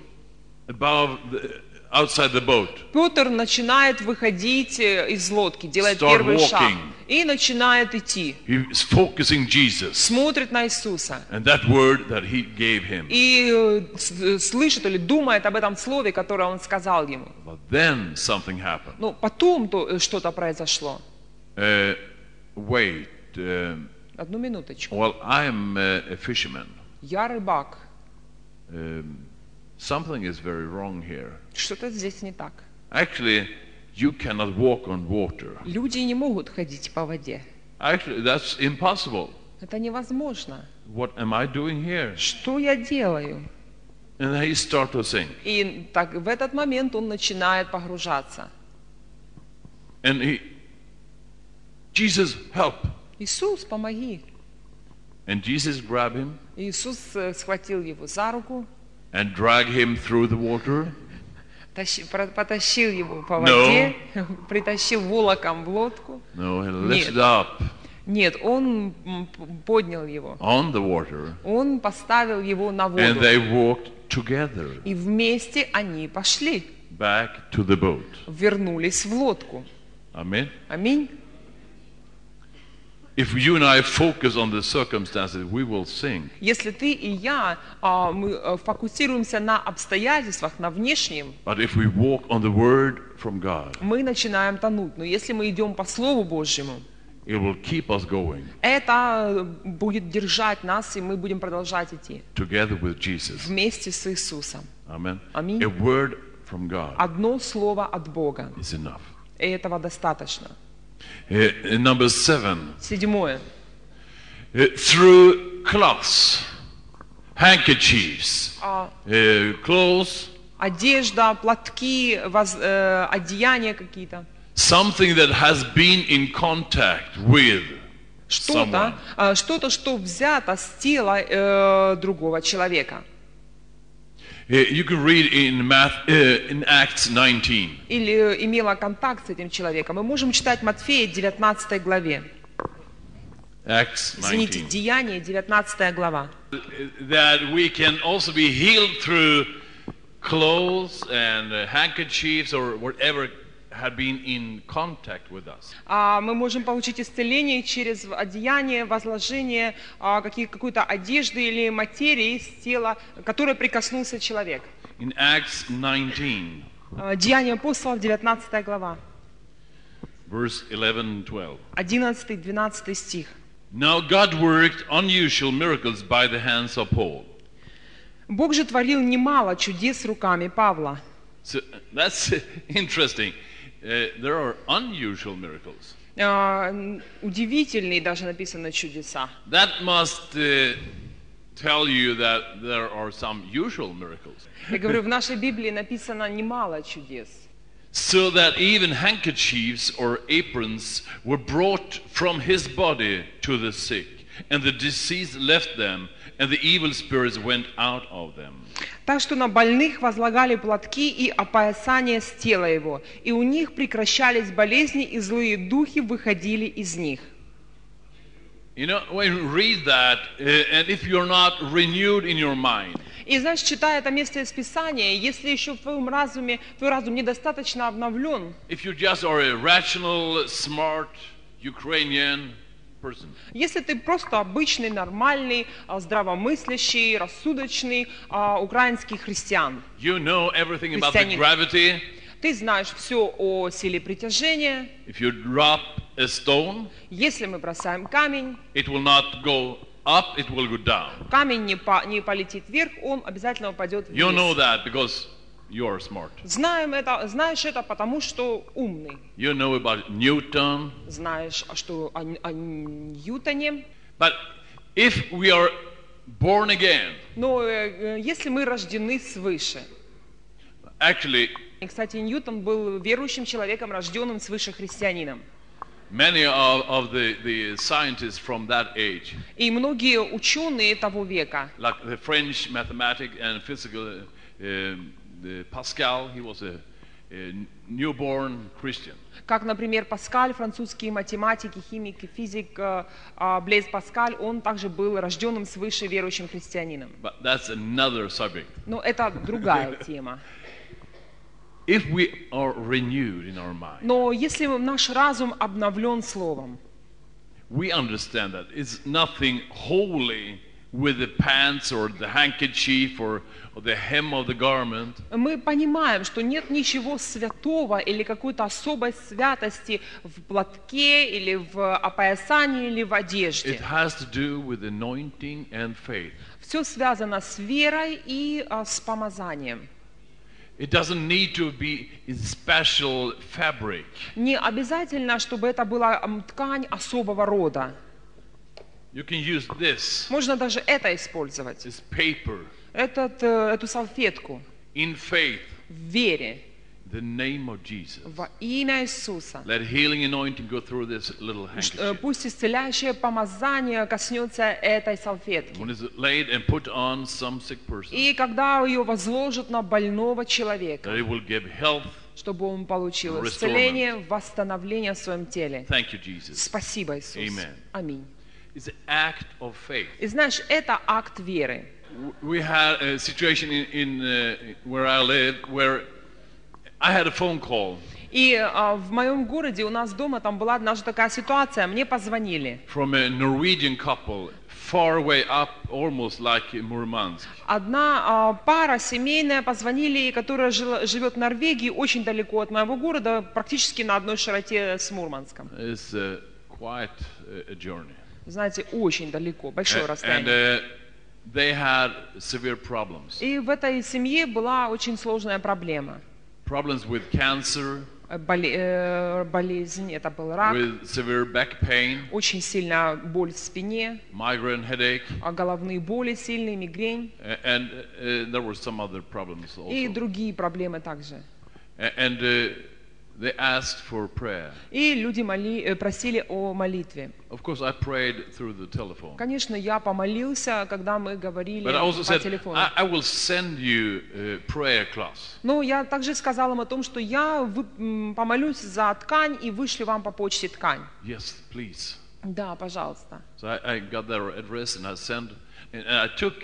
Speaker 1: above the, outside the boat.
Speaker 2: Петр начинает выходить э, из лодки, делает
Speaker 1: Start
Speaker 2: первый шаг
Speaker 1: walking.
Speaker 2: и начинает идти.
Speaker 1: He is focusing Jesus
Speaker 2: Смотрит на Иисуса
Speaker 1: and that word that he gave him.
Speaker 2: и э, с- э, слышит или думает об этом слове, которое он сказал ему.
Speaker 1: But then something happened.
Speaker 2: Ну, потом то, э, что-то произошло.
Speaker 1: Uh, wait. um,
Speaker 2: Одну минуточку.
Speaker 1: well, I'm uh, a fisherman.
Speaker 2: Я рыбак.
Speaker 1: Um, something is very wrong here.
Speaker 2: Что-то здесь не так.
Speaker 1: Actually, you cannot walk on water.
Speaker 2: Люди не могут ходить по воде.
Speaker 1: Actually, that's impossible.
Speaker 2: Это невозможно.
Speaker 1: What am I doing here?
Speaker 2: Что я делаю?
Speaker 1: And he start to sink.
Speaker 2: И так в этот момент он начинает погружаться.
Speaker 1: And he, Jesus, help.
Speaker 2: Иисус, помоги.
Speaker 1: And Jesus grabbed him
Speaker 2: Иисус э, схватил его за руку,
Speaker 1: and dragged him through the water.
Speaker 2: тащи- про- потащил его по
Speaker 1: No.
Speaker 2: воде, притащил волоком в лодку.
Speaker 1: No, he lifted
Speaker 2: Нет.
Speaker 1: up
Speaker 2: Нет, он м, п- поднял его.
Speaker 1: on the water.
Speaker 2: Он поставил его на
Speaker 1: And
Speaker 2: воду.
Speaker 1: they walked together
Speaker 2: И вместе они пошли,
Speaker 1: back to the boat.
Speaker 2: вернулись в лодку.
Speaker 1: Amen.
Speaker 2: Аминь.
Speaker 1: If you and I focus on the circumstances, we will sink.
Speaker 2: Если ты и я, а, мы э, фокусируемся на обстоятельствах, на внешнем,
Speaker 1: But if we walk on the word from God,
Speaker 2: мы начинаем тонуть. Но если мы идем по Слову Божьему,
Speaker 1: it will keep us going
Speaker 2: это э, будет держать нас, и мы будем продолжать идти
Speaker 1: together with Jesus.
Speaker 2: вместе с Иисусом.
Speaker 1: Amen.
Speaker 2: Amen.
Speaker 1: A word from God
Speaker 2: Одно слово от Бога.
Speaker 1: is enough.
Speaker 2: И этого достаточно.
Speaker 1: Uh, number seven,
Speaker 2: Седьмое.
Speaker 1: uh, through cloths, handkerchiefs,
Speaker 2: А,
Speaker 1: uh, clothes,
Speaker 2: Одежда, платки, воз- э, одеяния какие-то.
Speaker 1: something that has been in contact with someone.
Speaker 2: Что-то, э, что-то, что взято с тела э, другого человека.
Speaker 1: Uh, you can read in, Math, uh, in Acts 19.
Speaker 2: или имела контакт с этим человеком. Мы можем читать Матфея 19 главе.
Speaker 1: Acts
Speaker 2: Извините,
Speaker 1: 19.
Speaker 2: Деяние 19 глава.
Speaker 1: that we can also be healed through clothes and uh, handkerchiefs or whatever had been in contact with us.
Speaker 2: А, мы можем получить исцеление через одеяние, возложение а, какие- какой-то одежды или материи с тела, к которой прикоснулся человек.
Speaker 1: In Acts 19,
Speaker 2: А, Деяние апостолов 19 глава,
Speaker 1: verse 11 and 12.
Speaker 2: 11-12 стих.
Speaker 1: Now God worked unusual miracles by the hands of Paul.
Speaker 2: «Бог же творил немало чудес руками Павла».
Speaker 1: So uh, that's interesting. Uh, there are unusual miracles.
Speaker 2: А, н- удивительные даже написано чудеса.
Speaker 1: That must uh, tell you that there are some usual miracles.
Speaker 2: Я говорю, в нашей Библии написано немало чудес.
Speaker 1: so that even handkerchiefs or aprons were brought from his body to the sick, and the disease left them, and the evil spirits went out of them.
Speaker 2: Так что на больных возлагали платки и опоясания с тела его, и у них прекращались болезни, и злые духи выходили из них.
Speaker 1: You know, when you read that, uh, and if you're not renewed in your mind,
Speaker 2: И знаешь, читая это место из Писания, если еще в твоем разуме, твой разум недостаточно обновлен,
Speaker 1: if you just are a rational, smart Ukrainian person,
Speaker 2: если ты просто обычный, нормальный, а, здравомыслящий, рассудочный а, украинский христиан,
Speaker 1: you know everything about the
Speaker 2: Христианин.
Speaker 1: gravity.
Speaker 2: ты знаешь все о силе притяжения,
Speaker 1: If you drop a stone,
Speaker 2: если мы бросаем камень,
Speaker 1: it will not go up, it will go down.
Speaker 2: Камень не, по- не полетит вверх, он обязательно упадет вниз.
Speaker 1: You know that because you are smart.
Speaker 2: Знаем это, знаешь это, потому что умный.
Speaker 1: You know about Newton.
Speaker 2: Знаешь, а что о, Н- о Ньютоне.
Speaker 1: But if we are born again,
Speaker 2: Но э, э, если мы рождены свыше.
Speaker 1: actually,
Speaker 2: И, кстати, Ньютон был верующим человеком, рожденным свыше христианином.
Speaker 1: many of, of the, the scientists from that age,
Speaker 2: И многие ученые того века,
Speaker 1: like the French mathematic and physical uh, um, the Pascal, he was a, a newborn Christian.
Speaker 2: как, например, Паскаль, французские математики, химик и физик э, а, Блейз Паскаль, он также был рожденным свыше верующим христианином.
Speaker 1: But that's another subject.
Speaker 2: Но это другая тема.
Speaker 1: If we are renewed in our mind,
Speaker 2: Но если наш разум обновлен словом,
Speaker 1: we understand that it's nothing holy with the pants or the handkerchief or, or the hem of the garment.
Speaker 2: мы понимаем, что нет ничего святого или какой-то особой святости в платке или в опоясании или в
Speaker 1: It
Speaker 2: одежде.
Speaker 1: has to do with anointing and faith.
Speaker 2: Все связано с верой и а, с помазанием.
Speaker 1: It doesn't need to be in special fabric.
Speaker 2: Не обязательно, чтобы это была м, ткань особого рода.
Speaker 1: You can use this.
Speaker 2: Можно даже это использовать,
Speaker 1: It's paper
Speaker 2: этот, э, эту салфетку
Speaker 1: in faith.
Speaker 2: в вере
Speaker 1: The name of Jesus.
Speaker 2: во имя Иисуса.
Speaker 1: Let healing anointing go through this little
Speaker 2: Ш- э,
Speaker 1: handkerchief.
Speaker 2: Пусть исцеляющее помазание коснется этой салфетки.
Speaker 1: When it's laid and put on some sick person,
Speaker 2: И когда ее возложат на больного человека,
Speaker 1: that it will give health.
Speaker 2: чтобы он получил
Speaker 1: Restoration.
Speaker 2: исцеление, восстановление в своем теле.
Speaker 1: Thank you, Jesus.
Speaker 2: Спасибо, Иисус.
Speaker 1: Amen.
Speaker 2: Аминь.
Speaker 1: It's an act of faith.
Speaker 2: И знаешь, это акт веры.
Speaker 1: We had a situation in, in uh, where I live where I had a phone call
Speaker 2: И а, в моем городе у нас дома там была однажды такая ситуация. Мне позвонили.
Speaker 1: from a Norwegian couple far away up, almost like in Murmansk.
Speaker 2: Одна а, пара семейная позвонили, которая жила- живет в Норвегии, очень далеко от моего города, практически на одной широте с Мурманском.
Speaker 1: It's uh, quite a, a journey.
Speaker 2: Знаете, очень далеко, большое
Speaker 1: A- and
Speaker 2: расстояние.
Speaker 1: uh, they had severe problems.
Speaker 2: И в этой семье была очень сложная проблема.
Speaker 1: Problems with cancer,
Speaker 2: Э, боле- э, болезнь, это был рак,
Speaker 1: with severe back pain,
Speaker 2: очень сильная боль в спине,
Speaker 1: migraine headache,
Speaker 2: а головные боли сильные, мигрень
Speaker 1: a- and uh, there were some other problems
Speaker 2: и
Speaker 1: also.
Speaker 2: другие проблемы также.
Speaker 1: A- And uh, they asked for prayer.
Speaker 2: И люди моли- э, просили о молитве.
Speaker 1: Of course, I prayed through the telephone.
Speaker 2: Конечно, я помолился, когда мы говорили
Speaker 1: But I also
Speaker 2: по
Speaker 1: said,
Speaker 2: телефону.
Speaker 1: I, I will send you a prayer class.
Speaker 2: Но Ну, я также сказала им о том, что я вы- м, помолюсь за ткань и вышлю вам по почте ткань.
Speaker 1: Yes, please.
Speaker 2: Да, пожалуйста.
Speaker 1: So I, I got their address and I sent, and, and I took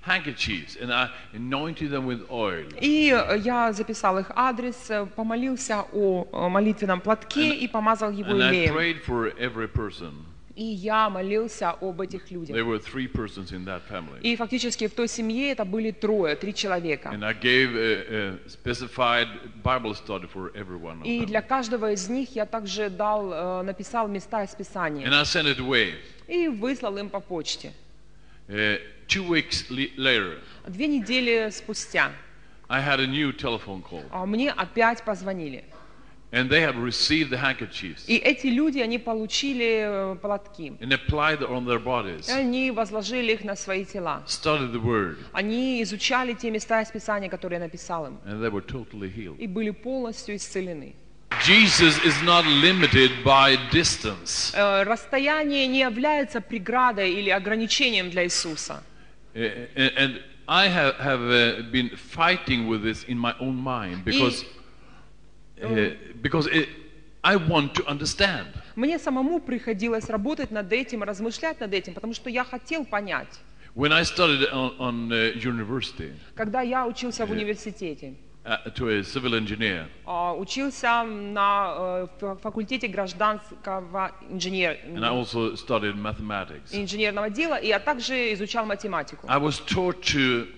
Speaker 1: handkerchiefs and I anointed them with oil.
Speaker 2: И э, я записал их адрес, э, помолился о э, молитвенном платке и помазал его
Speaker 1: And I
Speaker 2: елеем.
Speaker 1: prayed for every person.
Speaker 2: И я молился об этих людях.
Speaker 1: There were three persons in that family.
Speaker 2: И фактически в той семье это были трое, три человека.
Speaker 1: And I gave a, a specified Bible study for every one
Speaker 2: И
Speaker 1: of
Speaker 2: для
Speaker 1: them.
Speaker 2: каждого из них я также дал, э, написал места из
Speaker 1: And
Speaker 2: Писания
Speaker 1: I sent it away.
Speaker 2: и выслал им по почте.
Speaker 1: Uh, two weeks le- later,
Speaker 2: Две недели спустя
Speaker 1: I had a new telephone call.
Speaker 2: а, мне опять позвонили.
Speaker 1: And they had received the handkerchiefs.
Speaker 2: И эти люди, они получили э, платки.
Speaker 1: and applied on their
Speaker 2: И
Speaker 1: bodies.
Speaker 2: они возложили их на свои тела.
Speaker 1: Study the word,
Speaker 2: Они изучали те места из Писания, которые я написал им,
Speaker 1: and they were totally healed.
Speaker 2: и были полностью исцелены.
Speaker 1: Jesus is not limited by distance.
Speaker 2: Э, Расстояние не является преградой или ограничением для Иисуса.
Speaker 1: Eh, eh, And I have, have uh, been fighting with this in my own mind because, eh, because it, I want to understand.
Speaker 2: Мне самому приходилось работать над этим, размышлять над этим, потому что я хотел понять.
Speaker 1: When I studied on, on uh, university
Speaker 2: Когда я учился в университете,
Speaker 1: uh, to a civil engineer,
Speaker 2: а, учился на э, фа- факультете гражданского
Speaker 1: and I
Speaker 2: инженер-
Speaker 1: also studied mathematics,
Speaker 2: инженерного дела, и я также изучал математику.
Speaker 1: I was taught to,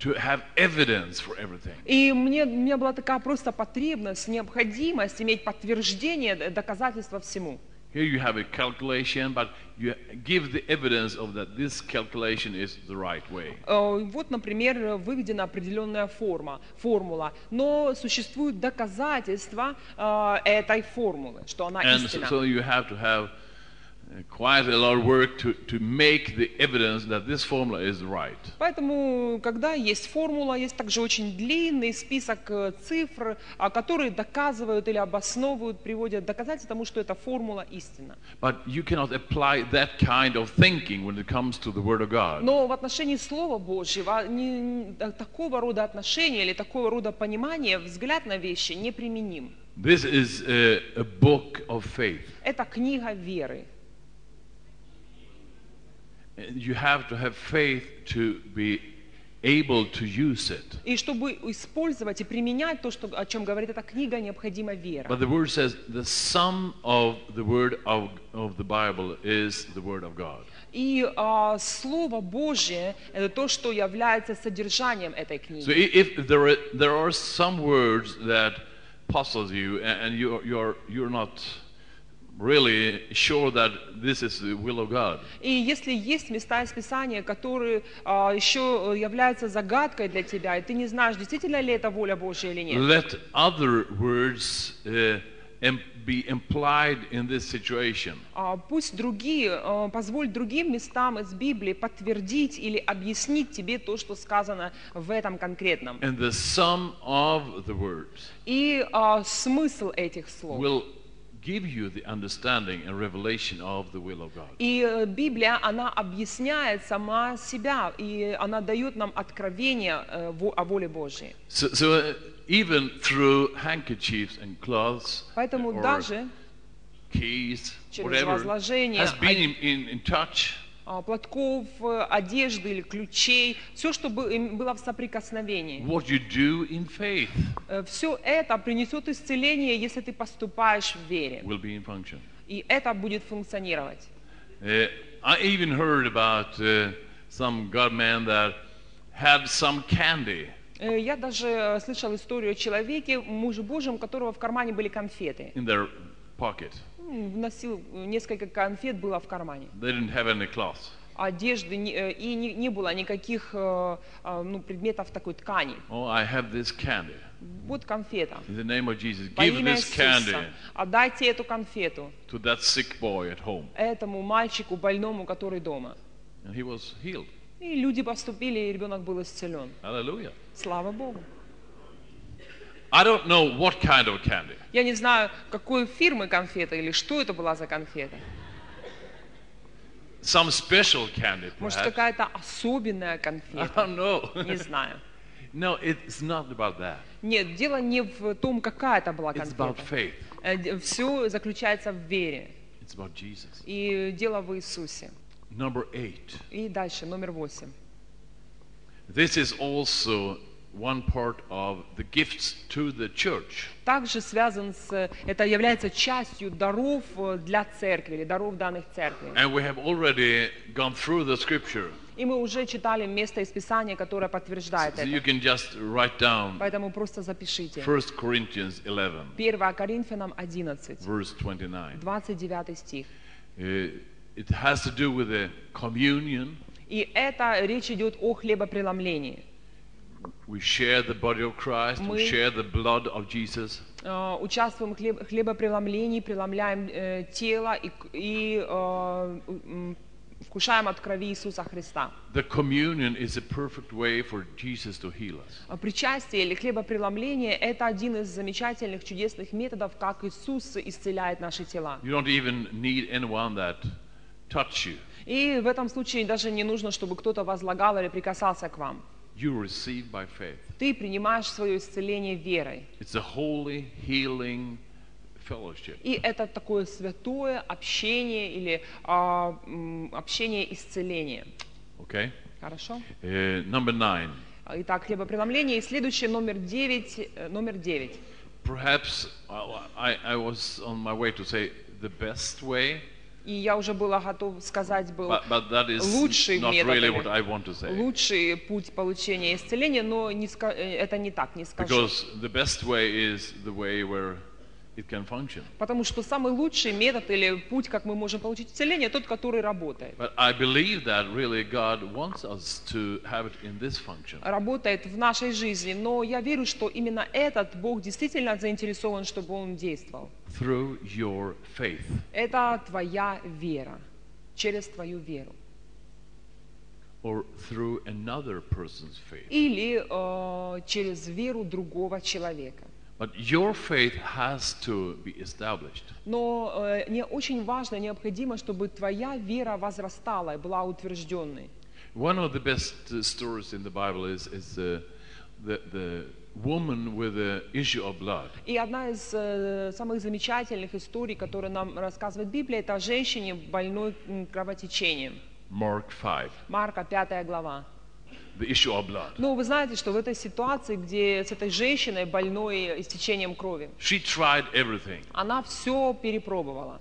Speaker 1: to have evidence for everything.
Speaker 2: И мне, у меня была такая просто потребность, необходимость иметь подтверждение, д- доказательства всему.
Speaker 1: Here you have a calculation, but you give the evidence of that this calculation is the right way.
Speaker 2: Э, Вот, например, э, выведена определенная форма, формула, но существуют доказательства э, этой формулы, что она
Speaker 1: And so,
Speaker 2: истина.
Speaker 1: so you have to have uh, quite a lot of work to, to make the evidence that this formula is right.
Speaker 2: Поэтому, когда есть формула, есть также очень длинный список э, цифр, а, которые доказывают или обосновывают, приводят доказательства тому, что эта формула истина.
Speaker 1: But you cannot apply that kind of thinking when it comes to the Word of God.
Speaker 2: Но в отношении Слова Божьего а не- не- та- такого рода отношения или такого рода понимания взгляд на вещи неприменим.
Speaker 1: This is a, a book of faith.
Speaker 2: Это книга веры.
Speaker 1: And You have to have faith to be able to use it.
Speaker 2: И чтобы использовать и применять то, что, о чем говорит эта книга, необходима вера.
Speaker 1: But the Word says the sum of the Word of, of the Bible is the Word of God.
Speaker 2: И а, Слово Божье – это то, что является содержанием этой
Speaker 1: So
Speaker 2: книги.
Speaker 1: i- if there are, there are some words that puzzles you a- and you you're you're not really sure that this is the will of God,
Speaker 2: И если есть места из Писания, которые а, еще э, являются загадкой для тебя, и ты не знаешь, действительно ли это воля Божья или нет,
Speaker 1: let other words uh, em- be implied in this situation.
Speaker 2: а, пусть другие, э, позволь другим местам из Библии подтвердить или объяснить тебе то, что сказано в этом конкретном.
Speaker 1: And the sum of the words
Speaker 2: И а, смысл этих слов.
Speaker 1: will give you the understanding and revelation of the will of God.
Speaker 2: И э, Библия, она объясняет сама себя, и она дает нам откровение э, во- о воле Божьей.
Speaker 1: So, so uh, even through handkerchiefs and cloths
Speaker 2: Поэтому
Speaker 1: or
Speaker 2: даже
Speaker 1: keys,
Speaker 2: Через
Speaker 1: whatever,
Speaker 2: возложение,
Speaker 1: has been in, in, in touch,
Speaker 2: а, платков, э, одежды или ключей, все, что бы- им было в соприкосновении,
Speaker 1: what you do in faith
Speaker 2: все это принесет исцеление, если ты поступаешь в вере.
Speaker 1: will be in function.
Speaker 2: И это будет функционировать.
Speaker 1: Uh, I even heard about uh, some God man that had some candy,
Speaker 2: Э, Я даже э, слышал историю о человеке, мужу Божьем, у которого в кармане были конфеты.
Speaker 1: in their pocket.
Speaker 2: М, Вносил э, несколько конфет было в кармане.
Speaker 1: They didn't have any cloth,
Speaker 2: одежды не- э, и не, не было никаких э, а, ну, предметов такой ткани.
Speaker 1: Oh, I have this candy.
Speaker 2: Вот конфета.
Speaker 1: In the name of Jesus,
Speaker 2: Во
Speaker 1: give
Speaker 2: имя
Speaker 1: this candy
Speaker 2: Иисуса. Отдайте эту конфету
Speaker 1: to that sick boy at home.
Speaker 2: этому мальчику больному, который дома.
Speaker 1: And he was healed.
Speaker 2: И люди поступили, и ребенок был исцелен.
Speaker 1: Hallelujah.
Speaker 2: Слава Богу.
Speaker 1: I don't know what kind of candy,
Speaker 2: Я не знаю, какой фирмы конфета или что это была за конфета.
Speaker 1: some special candy,
Speaker 2: Может,
Speaker 1: perhaps.
Speaker 2: какая-то особенная
Speaker 1: I
Speaker 2: конфета.
Speaker 1: don't know.
Speaker 2: Не знаю.
Speaker 1: no, it's not about that.
Speaker 2: Нет, дело не в том, какая это была
Speaker 1: It's about
Speaker 2: конфета.
Speaker 1: faith.
Speaker 2: Все заключается в вере.
Speaker 1: It's about Jesus.
Speaker 2: И дело в Иисусе.
Speaker 1: Number eight.
Speaker 2: И дальше, номер восемь.
Speaker 1: This is also one part of the gifts to the church.
Speaker 2: Также связан с... Это является частью даров э, для церкви, или даров данных церкви.
Speaker 1: And we have already gone through the scripture.
Speaker 2: И мы уже читали место из Писания, которое подтверждает
Speaker 1: So you
Speaker 2: это.
Speaker 1: can just write down
Speaker 2: Поэтому просто запишите.
Speaker 1: 1 Corinthians 11,
Speaker 2: 1 Коринфянам 11,
Speaker 1: verse 29.
Speaker 2: 29 стих.
Speaker 1: Uh, it has to do with the communion.
Speaker 2: И это речь идет о хлебопреломлении.
Speaker 1: We share the body of Christ, we
Speaker 2: Мы-
Speaker 1: share the blood of Jesus.
Speaker 2: Э, Участвуем в хлеб- хлебопреломлении, преломляем э, тело и, к- и, э, м, вкушаем от крови Иисуса Христа.
Speaker 1: The communion is a perfect way for Jesus to heal us.
Speaker 2: А Причастие или хлебопреломление – это один из замечательных чудесных методов, как Иисус исцеляет наши тела.
Speaker 1: You don't even need anyone that touch you.
Speaker 2: И в этом случае даже не нужно, чтобы кто-то возлагал или прикасался к вам.
Speaker 1: You receive by faith.
Speaker 2: Ты принимаешь свое исцеление верой.
Speaker 1: It's a holy, healing fellowship.
Speaker 2: И это такое святое общение или а, м, общение исцеления.
Speaker 1: Okay?
Speaker 2: Хорошо?
Speaker 1: Uh, number nine.
Speaker 2: Итак, хлебопреломление. И следующее, номер девять. э, Номер девять.
Speaker 1: Perhaps I, I, I was on my way to say the best way,
Speaker 2: И я уже была готова сказать, был
Speaker 1: but, but that is
Speaker 2: Лучший
Speaker 1: not
Speaker 2: метод
Speaker 1: really
Speaker 2: или-
Speaker 1: what I want to say.
Speaker 2: лучший путь получения исцеления, но не ска- э, это не так, не скажу.
Speaker 1: Because the best way is the way where it can function.
Speaker 2: Потому что самый лучший метод или путь, как мы можем получить исцеление, тот, который работает.
Speaker 1: But I believe that really God wants us to have it in this function.
Speaker 2: Работает в нашей жизни, но я верю, что именно этот Бог действительно заинтересован, чтобы он действовал.
Speaker 1: through your faith
Speaker 2: Это твоя вера, через твою веру.
Speaker 1: or through another person's faith.
Speaker 2: Или э, через веру другого человека.
Speaker 1: But your faith has to be established.
Speaker 2: Но э, не очень важно, необходимо, чтобы твоя вера возрастала и была утвержденной.
Speaker 1: One of the best uh, stories in the Bible is, is uh, the, the woman with the issue of blood.
Speaker 2: И одна из э, самых замечательных историй, которую нам рассказывает Библия, это о женщине, больной м, кровотечением.
Speaker 1: Mark 5,
Speaker 2: Марка, 5 глава.
Speaker 1: the issue of blood.
Speaker 2: Ну, вы знаете, что в этой ситуации, где с этой женщиной, больной истечением крови,
Speaker 1: She tried everything.
Speaker 2: она все перепробовала.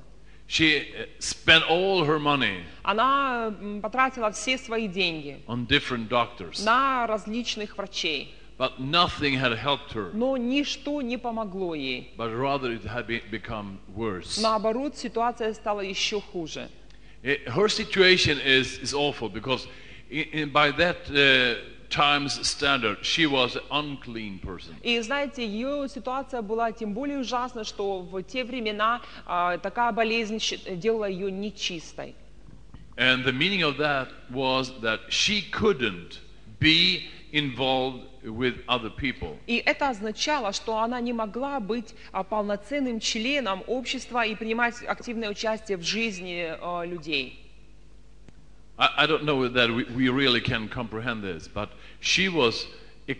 Speaker 1: She uh, spent all her money
Speaker 2: Она м, потратила все свои деньги
Speaker 1: on different doctors,
Speaker 2: на различных врачей,
Speaker 1: but nothing had helped her.
Speaker 2: но ничто не помоglо ей.
Speaker 1: But rather, it had be- become worse.
Speaker 2: Наоборот, ситуация стала еще хуже.
Speaker 1: It- Eh, her situation is, is awful because i in, by that uh, time's standard, she was an unclean person.
Speaker 2: И знаете, ее ситуация была тем более ужасна, что в те времена а, такая болезнь щи- делала ее нечистой.
Speaker 1: And the meaning of that was that she couldn't be involved with other people.
Speaker 2: И это означало, что она не могла быть а, полноценным членом общества и принимать активное участие в жизни а, людей.
Speaker 1: I, I don't know that we, we really can comprehend this, but she was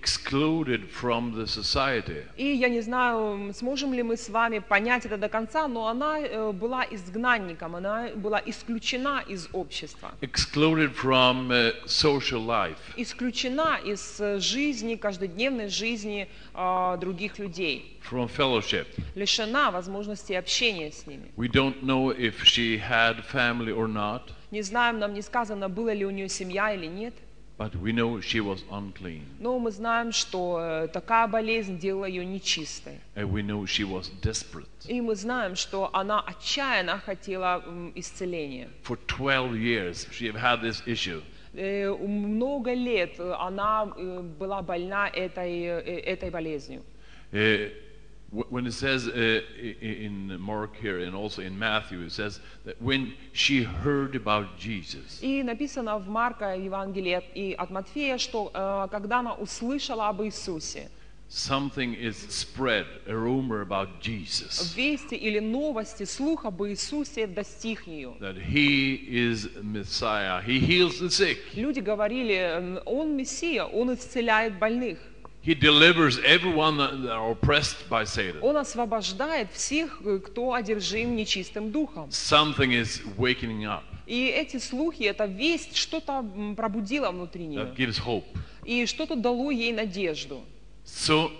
Speaker 1: excluded from the society.
Speaker 2: И я не знаю, м, сможем ли мы с вами понять это до конца, но она э, была изгнанником, она была исключена из общества,
Speaker 1: Excluded from uh, social life.
Speaker 2: исключена из э, жизни, каждодневной жизни а, других людей.
Speaker 1: From fellowship.
Speaker 2: лишена возможности общения с ними.
Speaker 1: We don't know if she had family or not.
Speaker 2: Не знаем, нам не сказано, была ли у нее семья или нет,
Speaker 1: But we know she was unclean,
Speaker 2: но мы знаем, что э, такая болезнь делала ее нечистой.
Speaker 1: and we know she was desperate.
Speaker 2: И мы знаем, что она отчаянно хотела м, исцеления.
Speaker 1: For 12 years, she have had this issue,
Speaker 2: Э, Много лет э, она э, была больна этой, э, этой болезнью.
Speaker 1: Uh, wh- when it says uh, i- i- in Mark here and also in Matthew, it says that when she heard about Jesus,
Speaker 2: И написано в Марка Евангелии и от Матфея, что э, когда она услышала об Иисусе,
Speaker 1: something is spread, a rumor about Jesus,
Speaker 2: вести или новости, слух об Иисусе достиг ее.
Speaker 1: that he is Messiah, he heals the sick,
Speaker 2: Люди говорили, «М, он Мессия, он исцеляет больных,
Speaker 1: he delivers everyone that that are oppressed by Satan.
Speaker 2: он освобождает всех, э, кто одержим нечистым духом.
Speaker 1: Something is waking up
Speaker 2: И эти слухи, эта весть что-то м, пробудила внутри
Speaker 1: that
Speaker 2: нее,
Speaker 1: gives hope.
Speaker 2: и что-то дало ей надежду.
Speaker 1: So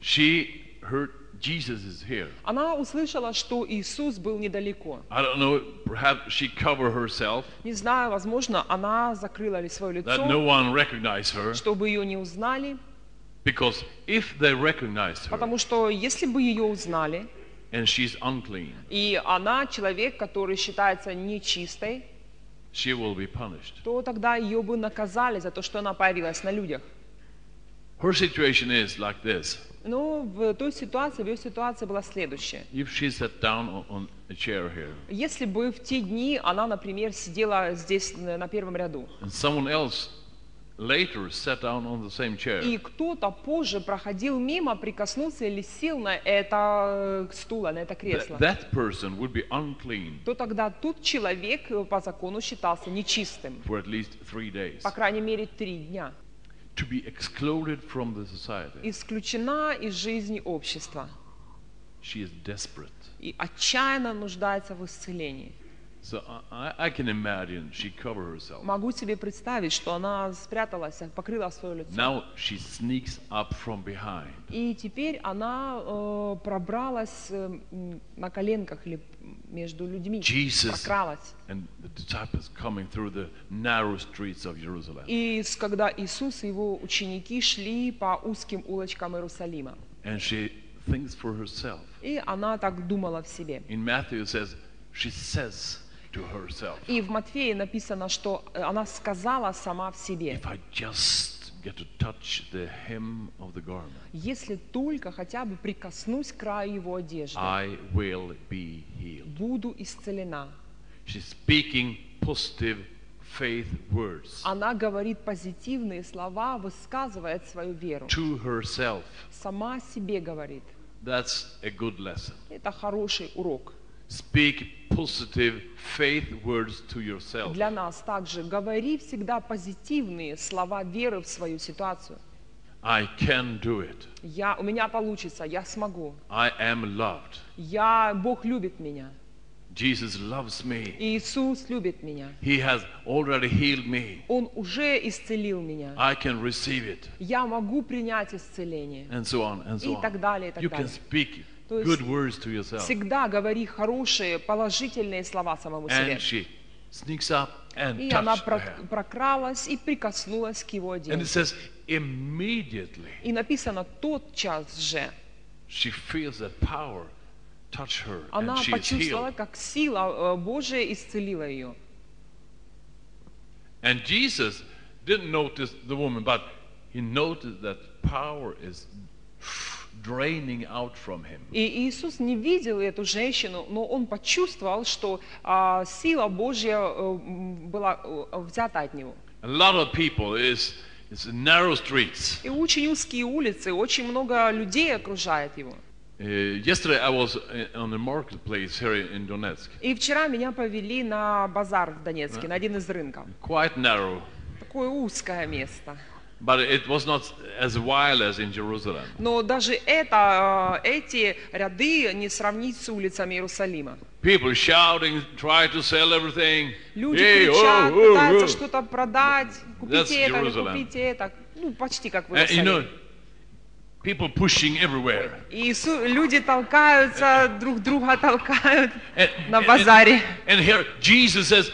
Speaker 1: she heard Jesus is here.
Speaker 2: Она услышала, что Иисус был недалеко.
Speaker 1: I don't know, perhaps she covered herself
Speaker 2: Не знаю, возможно, она закрыла ли свое
Speaker 1: that no
Speaker 2: лицо,
Speaker 1: one recognized her.
Speaker 2: чтобы ее не узнали,
Speaker 1: Because if they recognized her
Speaker 2: потому что если бы ее узнали,
Speaker 1: and she's unclean,
Speaker 2: и она человек, который считается нечистой,
Speaker 1: she will be punished.
Speaker 2: то тогда ее бы наказали за то, что она появилась на людях.
Speaker 1: Her situation is like this.
Speaker 2: Но в той ситуации, в ее ситуации была следующее.
Speaker 1: If she sat down on, on a chair here
Speaker 2: Если бы в те дни она, например, сидела здесь на на первом ряду,
Speaker 1: and someone else later sat down on the same
Speaker 2: и
Speaker 1: chair,
Speaker 2: кто-то позже проходил мимо, прикоснулся или сел на это э, стуло, на это
Speaker 1: th-
Speaker 2: кресло,
Speaker 1: that person would be unclean
Speaker 2: то тогда тут человек э, по закону считался нечистым,
Speaker 1: for at least three days,
Speaker 2: по крайней мере, три дня.
Speaker 1: to be excluded from the society.
Speaker 2: Исключена из жизни общества
Speaker 1: She is desperate.
Speaker 2: и отчаянно нуждается в исцелении.
Speaker 1: So I- I, I can imagine she covered herself.
Speaker 2: Могу себе представить, что она спряталась, покрыла свое лицо.
Speaker 1: Now she sneaks up from behind
Speaker 2: И теперь она э, пробралась э, м, на коленках или между людьми,
Speaker 1: Jesus.
Speaker 2: прокралась.
Speaker 1: and the disciples coming through the narrow streets of Jerusalem.
Speaker 2: И с- когда Иисус и его ученики шли по узким улочкам Иерусалима,
Speaker 1: And she things for herself.
Speaker 2: И она так думала в себе.
Speaker 1: In Matthew it says, she says to herself,
Speaker 2: И в Матфея написано, что э, она сказала сама в себе,
Speaker 1: if I just get to touch the hem of the garment,
Speaker 2: если только хотя бы прикоснусь к краю его одежды,
Speaker 1: I will be healed.
Speaker 2: буду исцелена.
Speaker 1: She's speaking positive faith words
Speaker 2: Она говорит позитивные слова, высказывает свою веру.
Speaker 1: to herself.
Speaker 2: Сама себе говорит.
Speaker 1: That's a good lesson.
Speaker 2: Это хороший урок.
Speaker 1: Speak positive faith words to yourself.
Speaker 2: Для нас также говори всегда позитивные слова веры в свою ситуацию.
Speaker 1: I can do it.
Speaker 2: Я, у меня получится, я смогу.
Speaker 1: I am loved.
Speaker 2: Я, Бог любит меня.
Speaker 1: Jesus loves me.
Speaker 2: Иисус любит меня.
Speaker 1: He has already healed me.
Speaker 2: Он уже исцелил меня.
Speaker 1: I can receive it.
Speaker 2: Я могу принять исцеление.
Speaker 1: And so on and so
Speaker 2: И так далее, и
Speaker 1: on.
Speaker 2: так
Speaker 1: You can
Speaker 2: далее.
Speaker 1: speak
Speaker 2: То есть
Speaker 1: good words to yourself.
Speaker 2: Всегда говори хорошие, положительные слова самому себе.
Speaker 1: And she sneaks up and
Speaker 2: И она
Speaker 1: touched the
Speaker 2: прок-
Speaker 1: hem.
Speaker 2: прокралась и прикоснулась к его
Speaker 1: And it
Speaker 2: одежде.
Speaker 1: says immediately
Speaker 2: И написано тот час же.
Speaker 1: she feels that power touch her and
Speaker 2: Она
Speaker 1: she is
Speaker 2: почувствовала,
Speaker 1: healed.
Speaker 2: как сила э, Божия исцелила ее.
Speaker 1: And Jesus didn't notice the woman, but he noticed that power is draining out from him.
Speaker 2: И Иисус не видел эту женщину, но он почувствовал, что а, сила Божья э, м, была э, взята от него.
Speaker 1: A lot of people is it's narrow streets.
Speaker 2: И очень узкие улицы, очень много людей окружает его.
Speaker 1: Uh, yesterday I was uh, on the marketplace here in, in Donetsk.
Speaker 2: И вчера меня повели на базар в Донецке, на один из рынков.
Speaker 1: Quite narrow,
Speaker 2: Такое узкое место.
Speaker 1: but it was not as wild as in Jerusalem.
Speaker 2: Но даже это, э, эти ряды не сравнить с улицами Иерусалима.
Speaker 1: People shouting, try to sell everything.
Speaker 2: Люди
Speaker 1: Hey, oh,
Speaker 2: кричат,
Speaker 1: oh,
Speaker 2: пытаются
Speaker 1: oh.
Speaker 2: что-то продать, купите
Speaker 1: That's
Speaker 2: это, не
Speaker 1: Jerusalem. Э,
Speaker 2: купите это. Ну, почти как в
Speaker 1: And, you know,
Speaker 2: Иерусалиме.
Speaker 1: people pushing everywhere.
Speaker 2: И Иису- люди толкаются, друг друга толкают
Speaker 1: And,
Speaker 2: на
Speaker 1: and-
Speaker 2: базаре.
Speaker 1: and here Jesus says,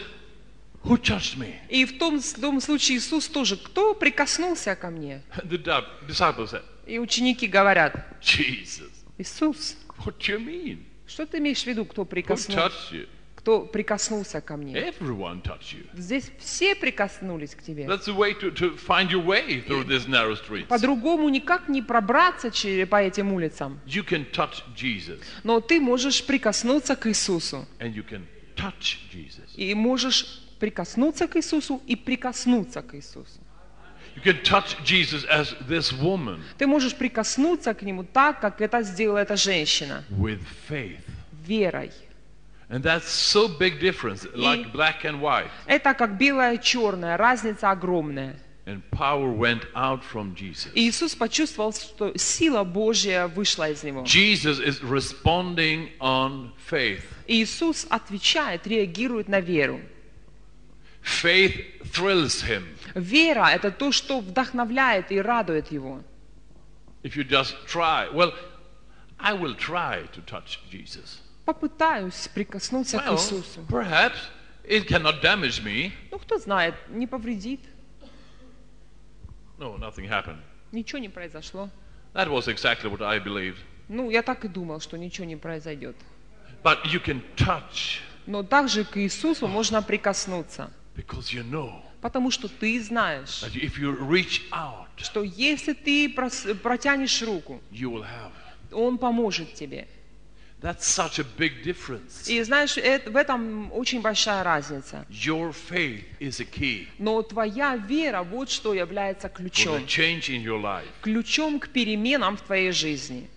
Speaker 1: "Who touched me?"
Speaker 2: И в том, с- том случае Иисус тоже, кто прикоснулся ко мне?
Speaker 1: The di- disciples said,
Speaker 2: И ученики говорят,
Speaker 1: "Jesus,
Speaker 2: Иисус,
Speaker 1: what do you mean?
Speaker 2: что ты имеешь в виду, кто
Speaker 1: Who
Speaker 2: прикоснулся,
Speaker 1: touched you?
Speaker 2: кто прикоснулся ко
Speaker 1: Э?
Speaker 2: мне?
Speaker 1: Everyone touched you."
Speaker 2: Здесь все прикоснулись к тебе.
Speaker 1: That's the way to, to find your way through this narrow street.
Speaker 2: По-другому никак не пробраться че- по этим улицам.
Speaker 1: You can touch Jesus,
Speaker 2: Но ты можешь прикоснуться к Иисусу.
Speaker 1: and you can touch Jesus.
Speaker 2: И можешь прикоснуться к Иисусу и прикоснуться к Иисусу.
Speaker 1: You can touch Jesus as this woman
Speaker 2: Ты можешь прикоснуться к Нему так, как это сделала эта женщина,
Speaker 1: with faith.
Speaker 2: верой.
Speaker 1: And that's so big difference, like black and white.
Speaker 2: Это как белое и черное, разница огромная.
Speaker 1: And power went out from Jesus.
Speaker 2: И Иисус почувствовал, что сила Божья вышла из Него.
Speaker 1: Jesus is responding on faith.
Speaker 2: И Иисус отвечает, реагирует на веру.
Speaker 1: Faith thrills him.
Speaker 2: Вера – это то, что вдохновляет и радует Его.
Speaker 1: If you just try, well, I will try to touch Jesus.
Speaker 2: Попытаюсь прикоснуться к
Speaker 1: Well,
Speaker 2: Иисусу.
Speaker 1: perhaps it cannot damage me.
Speaker 2: Ну, кто знает, не повредит,
Speaker 1: No, nothing happened.
Speaker 2: ничего не произошло.
Speaker 1: That was exactly what I believed.
Speaker 2: Ну, я так и думал, что ничего не произойдет.
Speaker 1: But you can touch
Speaker 2: Но также к Иисусу можно прикоснуться,
Speaker 1: because you know
Speaker 2: потому что ты знаешь,
Speaker 1: that if you reach out,
Speaker 2: что если ты прос- протянешь руку,
Speaker 1: you will have.
Speaker 2: Он поможет тебе.
Speaker 1: That's such a big difference.
Speaker 2: И знаешь, эт- в этом очень большая разница.
Speaker 1: Your faith is a key
Speaker 2: Но твоя вера, вот что является
Speaker 1: for the
Speaker 2: ключом.
Speaker 1: change in your life.
Speaker 2: Ключом к переменам в твоей жизни.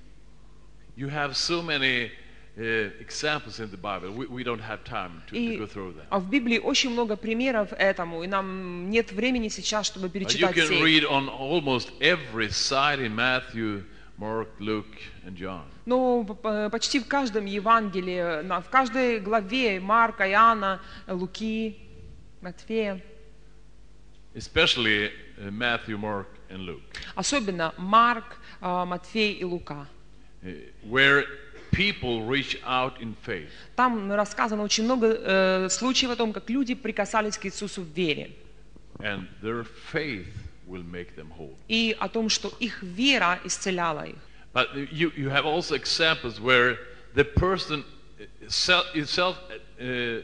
Speaker 1: You have so many uh, examples in the Bible. We, we don't have time to, to
Speaker 2: И
Speaker 1: go through them.
Speaker 2: а в Библии очень много примеров этому, и нам нет времени сейчас, чтобы
Speaker 1: But Uh, you
Speaker 2: перечитать
Speaker 1: can
Speaker 2: все.
Speaker 1: read on almost every side in Matthew, Mark, Luke, and John.
Speaker 2: Но Ну, п- п- почти в каждом Евангелии, на- в каждой главе Марка, Иоанна, Луки, Матфея,
Speaker 1: Especially uh, Matthew, Mark, and Luke.
Speaker 2: особенно Марк, а, Матфей и Лука.
Speaker 1: uh, where people reach out in faith.
Speaker 2: Там рассказано очень много э, случаев о том, как люди прикасались к Иисусу в вере,
Speaker 1: and their faith will make them whole.
Speaker 2: и о том, что их вера исцеляла их.
Speaker 1: But you, you have also examples where the person itself, itself uh,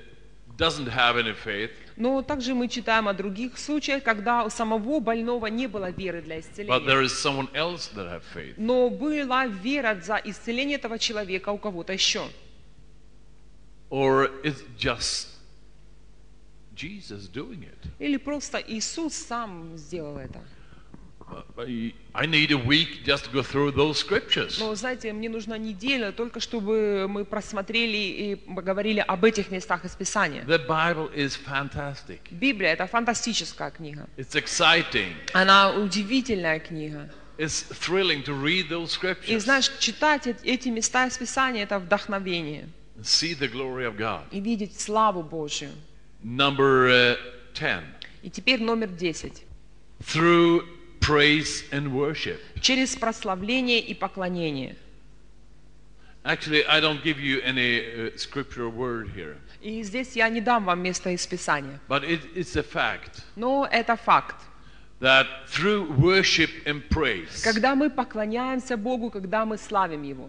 Speaker 1: doesn't have any faith,
Speaker 2: Но также мы читаем о других случаях, когда у самого больного не было веры для
Speaker 1: but
Speaker 2: исцеления.
Speaker 1: there is someone else that have faith.
Speaker 2: Но была вера за исцеление этого человека у кого-то еще.
Speaker 1: Or it's just Jesus doing it.
Speaker 2: Или просто Иисус сам сделал это.
Speaker 1: Uh, I- I need a week just to go through those scriptures.
Speaker 2: Но, знаете, мне нужна неделя, только чтобы мы просмотрели и поговорили об этих местах из Писания.
Speaker 1: The Bible is fantastic.
Speaker 2: Библия – это фантастическая книга.
Speaker 1: It's exciting.
Speaker 2: Она удивительная книга.
Speaker 1: It's thrilling to read those
Speaker 2: И
Speaker 1: scriptures
Speaker 2: знаешь, читать эт- эти места из Писания – это вдохновение.
Speaker 1: and see the glory of God.
Speaker 2: И видеть славу Божию.
Speaker 1: Number uh, 10.
Speaker 2: И теперь номер 10.
Speaker 1: Through praise and worship.
Speaker 2: Через прославление и поклонение.
Speaker 1: Actually, I don't give you any uh, scriptural word here,
Speaker 2: И здесь я не дам вам место из Писания.
Speaker 1: but it, it's a fact
Speaker 2: Но это факт.
Speaker 1: that through worship and praise,
Speaker 2: Когда мы поклоняемся Богу, когда мы славим Его,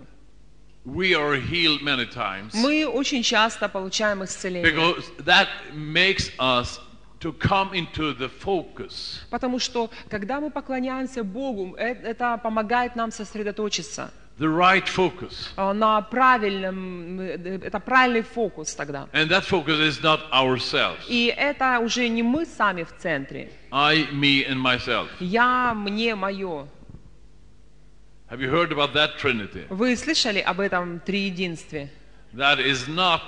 Speaker 1: we are healed many times
Speaker 2: мы очень часто получаем исцеление.
Speaker 1: because that makes us to come into the focus.
Speaker 2: Потому что, когда мы поклоняемся Богу, э- это помогает нам сосредоточиться
Speaker 1: the right focus.
Speaker 2: э, на правильном, э, э, это правильный фокус тогда.
Speaker 1: And that focus is not ourselves.
Speaker 2: И это уже не мы сами в центре.
Speaker 1: I, me, and myself.
Speaker 2: Я, мне, мое.
Speaker 1: Have you heard about that Trinity?
Speaker 2: Вы слышали об этом триединстве?
Speaker 1: That is not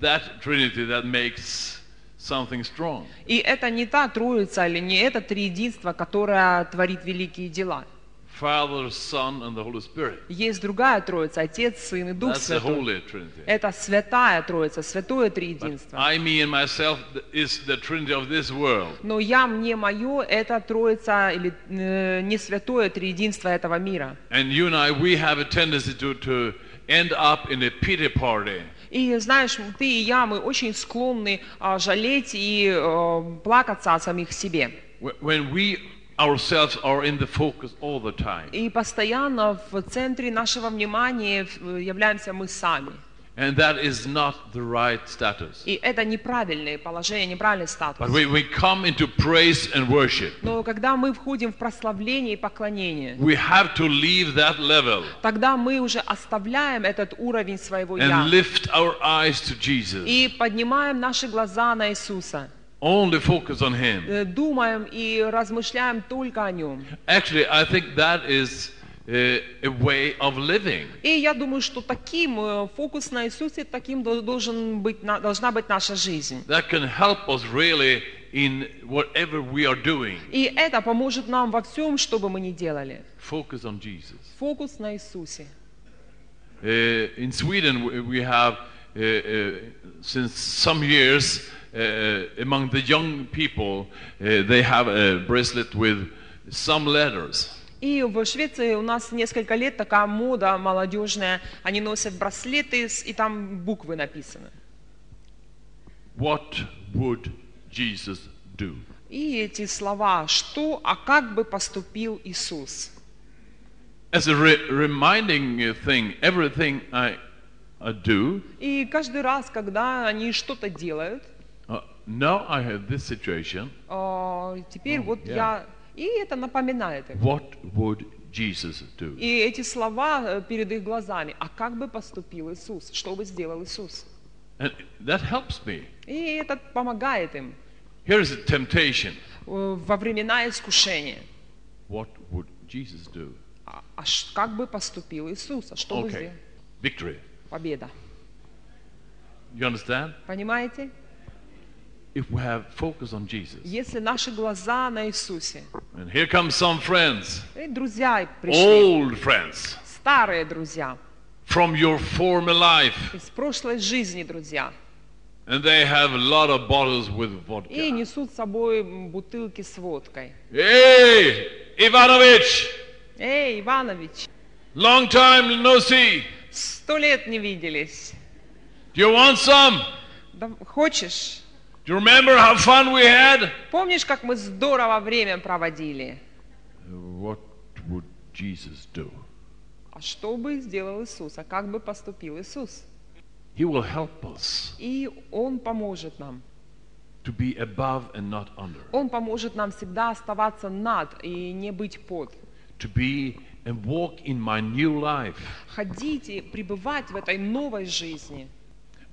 Speaker 1: that Trinity that makes something strong.
Speaker 2: И это не та троица или не это триединство, которое tворит великие дела.
Speaker 1: Father, Son, and the Holy Spirit.
Speaker 2: Есть другая троица, Отец, Сын и Дух
Speaker 1: That's the
Speaker 2: Святой.
Speaker 1: Holy Trinity.
Speaker 2: Это святая троица, святое
Speaker 1: But
Speaker 2: триединство.
Speaker 1: I, me, and myself th- is the Trinity of this world.
Speaker 2: Но я, мне, мое, это троица или э, не святое триединство этого мира.
Speaker 1: And you and I, we have a tendency to, to end up in a pity party.
Speaker 2: И знаешь, ты и я, мы очень склонны а, жалеть и э, плакаться о самих себе.
Speaker 1: wh- When we ourselves are in the focus all the time.
Speaker 2: И постоянно в центре нашего внимания э, являемся мы сами.
Speaker 1: And that is not the right status.
Speaker 2: И это неправильное положение, неправильный статус.
Speaker 1: But when we come into praise and worship,
Speaker 2: Но когда мы входим в прославление и поклонение,
Speaker 1: we have to leave that level
Speaker 2: тогда мы уже оставляем этот уровень своего «я»
Speaker 1: and lift our eyes to Jesus.
Speaker 2: и поднимаем наши глаза на Иисуса,
Speaker 1: Only focus on Him.
Speaker 2: э, думаем и размышляем только о Нем.
Speaker 1: Actually, I think that is uh, a way of living.
Speaker 2: И я думаю, что таким э, фокус на Иисусе, таким дол- должен быть, на- должна быть наша жизнь.
Speaker 1: That can help us really in whatever we are doing.
Speaker 2: И это поможет нам во всем, что бы мы ни делали.
Speaker 1: Focus on Jesus.
Speaker 2: Фокус на Иисусе.
Speaker 1: Uh, in Sweden, we- we have, uh, uh, since some years, uh, among the young people, uh, they have a bracelet with some letters.
Speaker 2: И в Швеции у нас несколько лет такая мода молодежная. Они носят браслеты, с- и там буквы написаны.
Speaker 1: What would Jesus do?
Speaker 2: И эти слова «что», а «как бы поступил Иисус».
Speaker 1: As a re- reminding uh, thing, everything I, I do,
Speaker 2: И каждый раз, когда они что-то делают,
Speaker 1: uh, now I have this situation.
Speaker 2: а, теперь
Speaker 1: Ну,
Speaker 2: вот
Speaker 1: я-
Speaker 2: я... И это напоминает им.
Speaker 1: What would Jesus do?
Speaker 2: И эти слова э, перед их глазами. А как бы поступил Иисус? Что бы сделал Иисус?
Speaker 1: And that helps me.
Speaker 2: И это помогает им
Speaker 1: Here is a temptation.
Speaker 2: э, во времена искушения.
Speaker 1: What would Jesus do?
Speaker 2: А, а ш- как бы поступил Иисус? А что бы
Speaker 1: Okay,
Speaker 2: сделал?
Speaker 1: victory.
Speaker 2: Победа.
Speaker 1: You understand?
Speaker 2: Понимаете?
Speaker 1: If we have focus on Jesus.
Speaker 2: Если наши глаза на Иисусе.
Speaker 1: And here comes some friends,
Speaker 2: И друзья пришли,
Speaker 1: old friends,
Speaker 2: старые друзья,
Speaker 1: from your former life.
Speaker 2: из прошлой жизни друзья.
Speaker 1: And they have a lot of bottles with vodka.
Speaker 2: И несут с собой м, бутылки с водкой.
Speaker 1: Hey, Ivanovich!
Speaker 2: Эй, Иванович,
Speaker 1: Long time no see.
Speaker 2: сто лет не виделись.
Speaker 1: Do you want some?
Speaker 2: Да, хочешь?
Speaker 1: Do you remember how fun we had?
Speaker 2: Помнишь, как мы здорово время проводили?
Speaker 1: What would Jesus do?
Speaker 2: А что бы сделал Иисус? А как бы поступил Иисус?
Speaker 1: He will help us
Speaker 2: И Он поможет нам.
Speaker 1: to be above and not under,
Speaker 2: Он поможет нам всегда оставаться над и не быть под.
Speaker 1: to be and walk in my new life.
Speaker 2: Ходить и пребывать в этой новой жизни.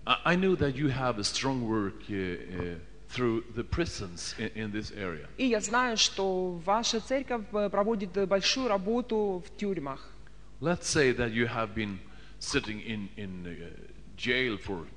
Speaker 1: I, I know that you have a strong work uh, uh, through the prisons in, in this area.
Speaker 2: И я знаю, что ваша церковь э, проводит э, большую работу в тюрьмах.
Speaker 1: Let's say that you have been sitting in, in uh, jail for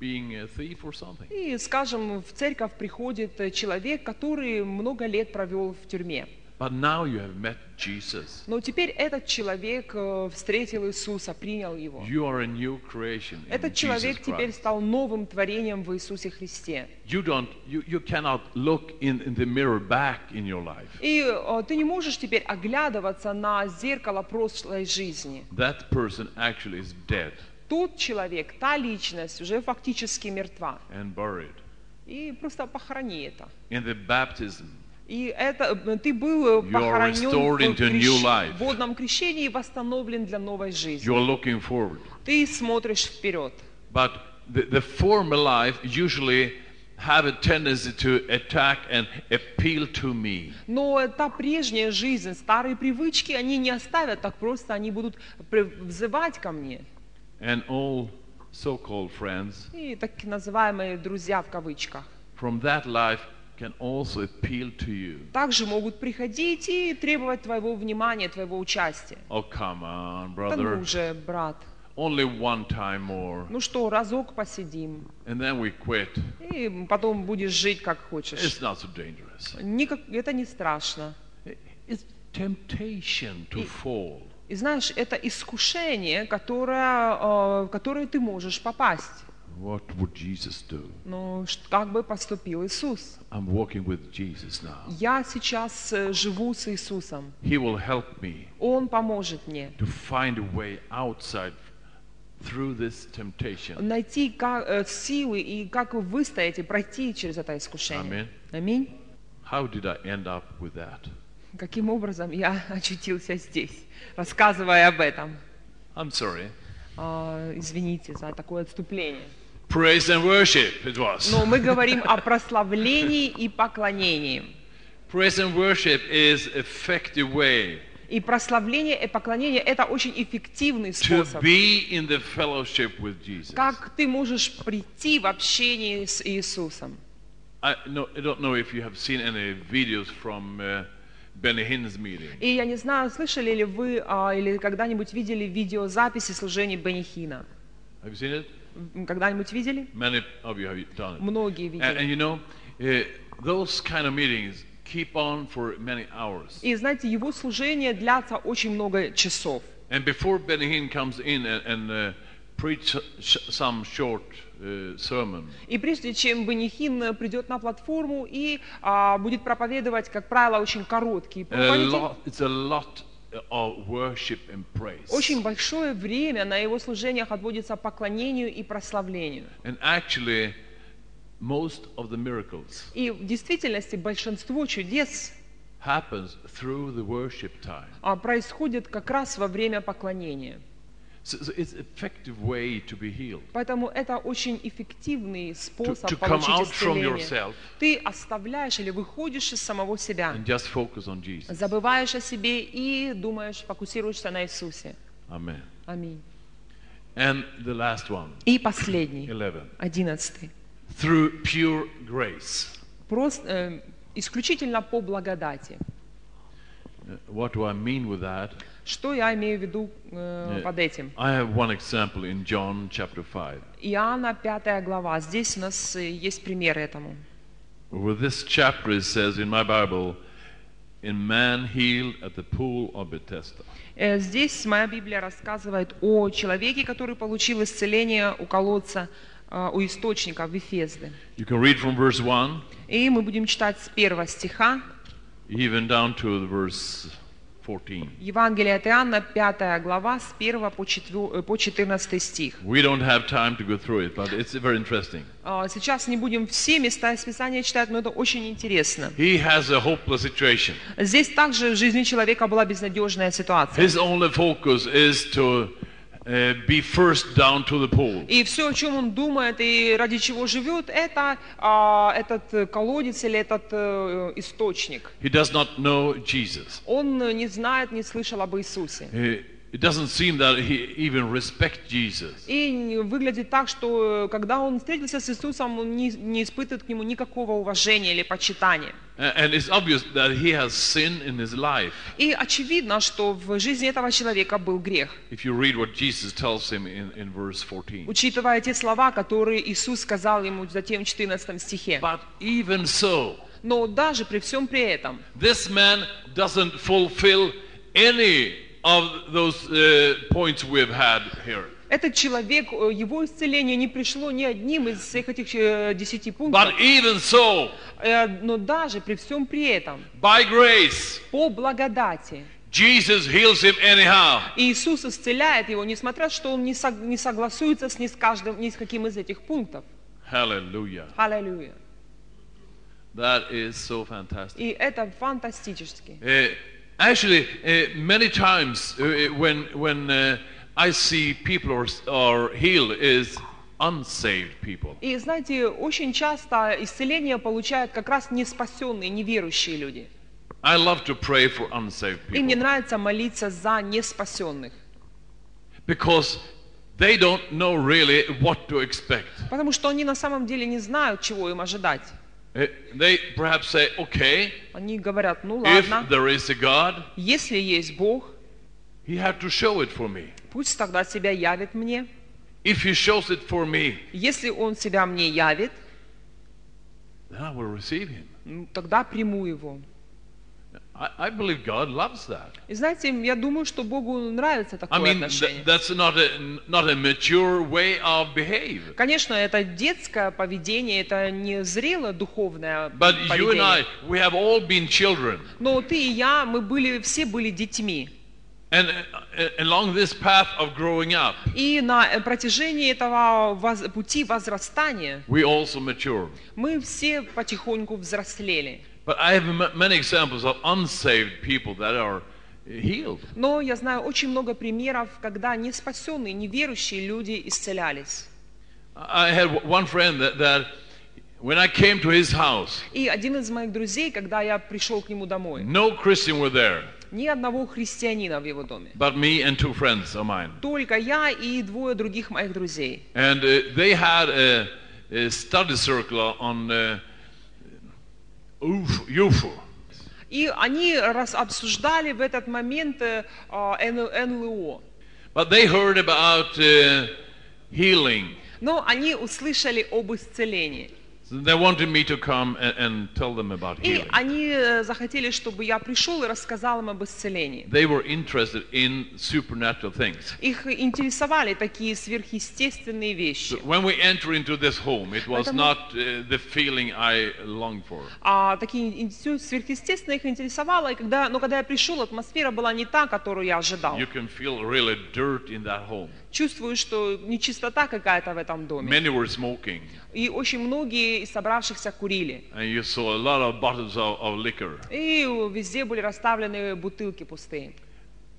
Speaker 1: being a thief or something.
Speaker 2: И, скажем, в церковь приходит э, человек, который много лет провел в тюрьме.
Speaker 1: But now you have met Jesus.
Speaker 2: Но теперь этот человек э, встретил Иисуса, принял его.
Speaker 1: You are a new creation in
Speaker 2: Этот
Speaker 1: Jesus
Speaker 2: человек теперь
Speaker 1: Christ.
Speaker 2: стал новым творением в Иисусе Христе.
Speaker 1: You don't you, you cannot look in, in the mirror back in your life.
Speaker 2: И э, ты не можешь теперь оглядываться на зеркало прошлой жизни.
Speaker 1: That person actually is dead
Speaker 2: Тот человек, та личность уже fактически мертва.
Speaker 1: and buried.
Speaker 2: И просто похорони это.
Speaker 1: In the baptism,
Speaker 2: И это, э, ты был э,
Speaker 1: You are
Speaker 2: похоронен
Speaker 1: restored
Speaker 2: в
Speaker 1: into a new life.
Speaker 2: крещ- водном крещении и восстановлен для новой жизни.
Speaker 1: you are looking forward.
Speaker 2: Ты смотришь вперед.
Speaker 1: But the, the former life usually have a tendency to attack and appeal to me.
Speaker 2: Но та прежняя жизнь, старые привычки, они не оставят так просто, они будут при- взывать ко мне.
Speaker 1: And all so-called friends
Speaker 2: И так называемые друзья в кавычках.
Speaker 1: from that life can also appeal to you.
Speaker 2: Также могут приходить и требовать твоего внимания, твоего участия.
Speaker 1: Oh, come on,
Speaker 2: Да
Speaker 1: brother.
Speaker 2: ну же, брат,
Speaker 1: Only one time more.
Speaker 2: ну что, разок посидим,
Speaker 1: And then we quit.
Speaker 2: и потом будешь жить как хочешь.
Speaker 1: It's not so dangerous.
Speaker 2: Никак, это не страшно.
Speaker 1: It's temptation to fall.
Speaker 2: И знаешь, это искушение, которое, э, в которое ты можешь попасть.
Speaker 1: What would Jesus do?
Speaker 2: Но ш- как бы поступил Иисус?
Speaker 1: I'm walking with Jesus now.
Speaker 2: Я сейчас э, живу с Иисусом.
Speaker 1: He will help me
Speaker 2: Он поможет мне
Speaker 1: to find a way outside through this temptation.
Speaker 2: найти ка- э, силы и как выстоять и пройти через это искушение.
Speaker 1: Аминь.
Speaker 2: Аминь.
Speaker 1: How did I end up with that?
Speaker 2: Каким образом я очутился здесь, рассказывая об этом?
Speaker 1: I'm sorry.
Speaker 2: А, Извините за такое отступление.
Speaker 1: Praise and worship, it was.
Speaker 2: Но мы говорим о прославлении и поклонении.
Speaker 1: Praise and worship is effective way
Speaker 2: И прославление и поклонение – это очень эффективный
Speaker 1: to
Speaker 2: способ.
Speaker 1: be in the fellowship with Jesus.
Speaker 2: Как ты можешь прийти в общение с Иисусом?
Speaker 1: I, no, I don't know if you have seen any videos from uh, Benny Hinn's meeting.
Speaker 2: И я не знаю, слышали ли вы а, или когда-нибудь видели видеозаписи служений Бенихина?
Speaker 1: Have you seen it?
Speaker 2: М, Когда-нибудь видели?
Speaker 1: Many of you have done it.
Speaker 2: Многие
Speaker 1: And, and
Speaker 2: видели.
Speaker 1: you know, uh, those kind of meetings keep on for many hours.
Speaker 2: И знаете, его служение длятся очень много часов.
Speaker 1: And before Benny Hinn comes in and, and uh, preach sh- some short uh, sermon,
Speaker 2: И прежде чем Бенихин э, придет на платформу и а, будет проповедовать, как правило, очень короткие
Speaker 1: a
Speaker 2: проповеди,
Speaker 1: lot, it's a lot of worship and praise.
Speaker 2: очень большое время на его служениях отводится поклонению и прославлению.
Speaker 1: And actually, most of the miracles
Speaker 2: И в действительности большинство чудес
Speaker 1: happens through the worship time.
Speaker 2: а, происходит как раз во время поклонения.
Speaker 1: So, so it's effective way to be healed.
Speaker 2: Поэтому это очень эффективный
Speaker 1: To,
Speaker 2: способ
Speaker 1: to come
Speaker 2: получить
Speaker 1: out from
Speaker 2: исцеление.
Speaker 1: yourself
Speaker 2: Ты оставляешь или выходишь из самого себя,
Speaker 1: and just focus on Jesus.
Speaker 2: забываешь о себе и думаешь, фокусируешься на Иисусе.
Speaker 1: Amen.
Speaker 2: Аминь.
Speaker 1: And the last one,
Speaker 2: И последний.
Speaker 1: 11.
Speaker 2: Одиннадцатый.
Speaker 1: Through pure grace.
Speaker 2: Просто э, исключительно по благодати.
Speaker 1: Uh, What do I mean with that?
Speaker 2: Что я имею в виду э,
Speaker 1: Э.
Speaker 2: под этим?
Speaker 1: I have one example in John chapter 5.
Speaker 2: Иоанна 5 глава. Здесь у нас э, есть пример этому.
Speaker 1: With this chapter, it says in my Bible, in man healed at the pool of Bethesda.
Speaker 2: Э, Здесь моя Библия рассказывает о человеке, который получил исцеление у колодца, э, у источника Вифезды.
Speaker 1: You can read from verse 1
Speaker 2: И мы будем читать с первого стиха
Speaker 1: even down to the verse 14.
Speaker 2: Евангелие от Иоанна, 5 глава, с 1 по четвё- э, по 14 стих.
Speaker 1: We don't have time to go through it, but it's very interesting.
Speaker 2: А, Сейчас не будем все места из Писания читать, но это очень интересно.
Speaker 1: He has a hopeless situation.
Speaker 2: Здесь также в жизни человека была безнадежная ситуация.
Speaker 1: His only focus is to uh, be first down to the pool.
Speaker 2: И все, о чем он думает и ради чего живет, это а, этот э, колодец или этот э, источник.
Speaker 1: He does not know Jesus.
Speaker 2: Он э, не знает, не слышал об Иисусе.
Speaker 1: He, it doesn't seem that he even respects Jesus.
Speaker 2: И не- выглядит так, что э, когда он встретился с Иисусом, он не, не испытывает к нему никакого уважения или почитания.
Speaker 1: A- And it's obvious that he has sin in his life.
Speaker 2: И очевидно, что в жизни этого человека был грех,
Speaker 1: If you read what Jesus tells him in, in verse 14.
Speaker 2: учитывая те слова, которые Иисус сказал ему затем в 14 стихе.
Speaker 1: But even so,
Speaker 2: Но даже при всем при этом,
Speaker 1: this man doesn't fulfill any of those uh, points we've had here.
Speaker 2: этот человек, э, его исцеление не пришло ни одним из всех этих э, десяти пунктов.
Speaker 1: But even so,
Speaker 2: Э, Но даже при всем при этом,
Speaker 1: by grace,
Speaker 2: по благодати,
Speaker 1: Jesus heals him anyhow.
Speaker 2: Иисус исцеляет его, несмотря что он не, сог- не согласуется с ни с каждым, ни с каким из этих пунктов.
Speaker 1: Hallelujah.
Speaker 2: Аллилуйя.
Speaker 1: That is so fantastic.
Speaker 2: И это фантастически.
Speaker 1: Uh, actually, uh, many times uh, when when uh, I see people are, are healed is unsaved people.
Speaker 2: И знаете, очень часто исцеление получают как раз неспасенные, неверующие люди.
Speaker 1: I love to pray for unsaved
Speaker 2: И мне
Speaker 1: people
Speaker 2: нравится молиться за неспасенных,
Speaker 1: because they don't know really what to expect.
Speaker 2: потому что они на самом деле не знают, чего им ожидать.
Speaker 1: Uh, they perhaps say, "Okay,
Speaker 2: Они говорят, ну
Speaker 1: if
Speaker 2: ладно,
Speaker 1: there is a God,
Speaker 2: если есть Бог,
Speaker 1: He had to show it for me.
Speaker 2: пусть тогда себя явит мне.
Speaker 1: If He shows it for me,
Speaker 2: Если Он себя мне явит,
Speaker 1: then I will receive Him."
Speaker 2: ну, тогда приму Его.
Speaker 1: I, I believe God loves that.
Speaker 2: И знаете, я думаю, что Богу нравится такое
Speaker 1: I mean,
Speaker 2: отношение.
Speaker 1: th- that's not a not a mature way of behave.
Speaker 2: Конечно, это детское поведение, это не зрело духовное
Speaker 1: But you and I,
Speaker 2: поведение.
Speaker 1: we have all been children,
Speaker 2: Но ты и я, мы были, все были детьми.
Speaker 1: and uh, along this path of growing up,
Speaker 2: И на э, протяжении этого воз- пути возрастания
Speaker 1: we also mature.
Speaker 2: мы все потихоньку взрослели.
Speaker 1: But I have m- many examples of unsaved people that are healed.
Speaker 2: Но я знаю очень много примеров, когда неспасенные, неверующие люди исцелялись.
Speaker 1: I had w- one friend that, that when I came to his house,
Speaker 2: И один из моих друзей, когда я пришел к нему домой,
Speaker 1: no Christian were there,
Speaker 2: ни одного христианина в его доме.
Speaker 1: but me and two friends of mine,
Speaker 2: Только я и двое других моих друзей.
Speaker 1: and uh, they had a, a study circle on uh, UFO. UFO.
Speaker 2: И они раз обсуждали в этот момент э, а, Н- НЛО.
Speaker 1: But they heard about uh, healing.
Speaker 2: Но они услышали об исцелении.
Speaker 1: So they wanted me to come and, and tell them about
Speaker 2: И
Speaker 1: healing.
Speaker 2: они э, захотели, чтобы я пришел и рассказал им об исцелении.
Speaker 1: They were interested in supernatural things.
Speaker 2: Их интересовали такие сверхъестественные
Speaker 1: So
Speaker 2: вещи.
Speaker 1: when we enter into this home, it was
Speaker 2: Поэтому-
Speaker 1: not uh, the feeling I longed for.
Speaker 2: А такие ин- всё сверхъестественное их интересовало, и когда, но когда я пришел, атмосфера была не та, которую я ожидал.
Speaker 1: You can feel really dirt in that home.
Speaker 2: Чувствую, что нечистота какая-то в этом доме.
Speaker 1: Many were smoking,
Speaker 2: И очень многие из собравшихся курили.
Speaker 1: and you saw a lot of bottles of, of liquor.
Speaker 2: И э, везде были расставлены бутылки пустые.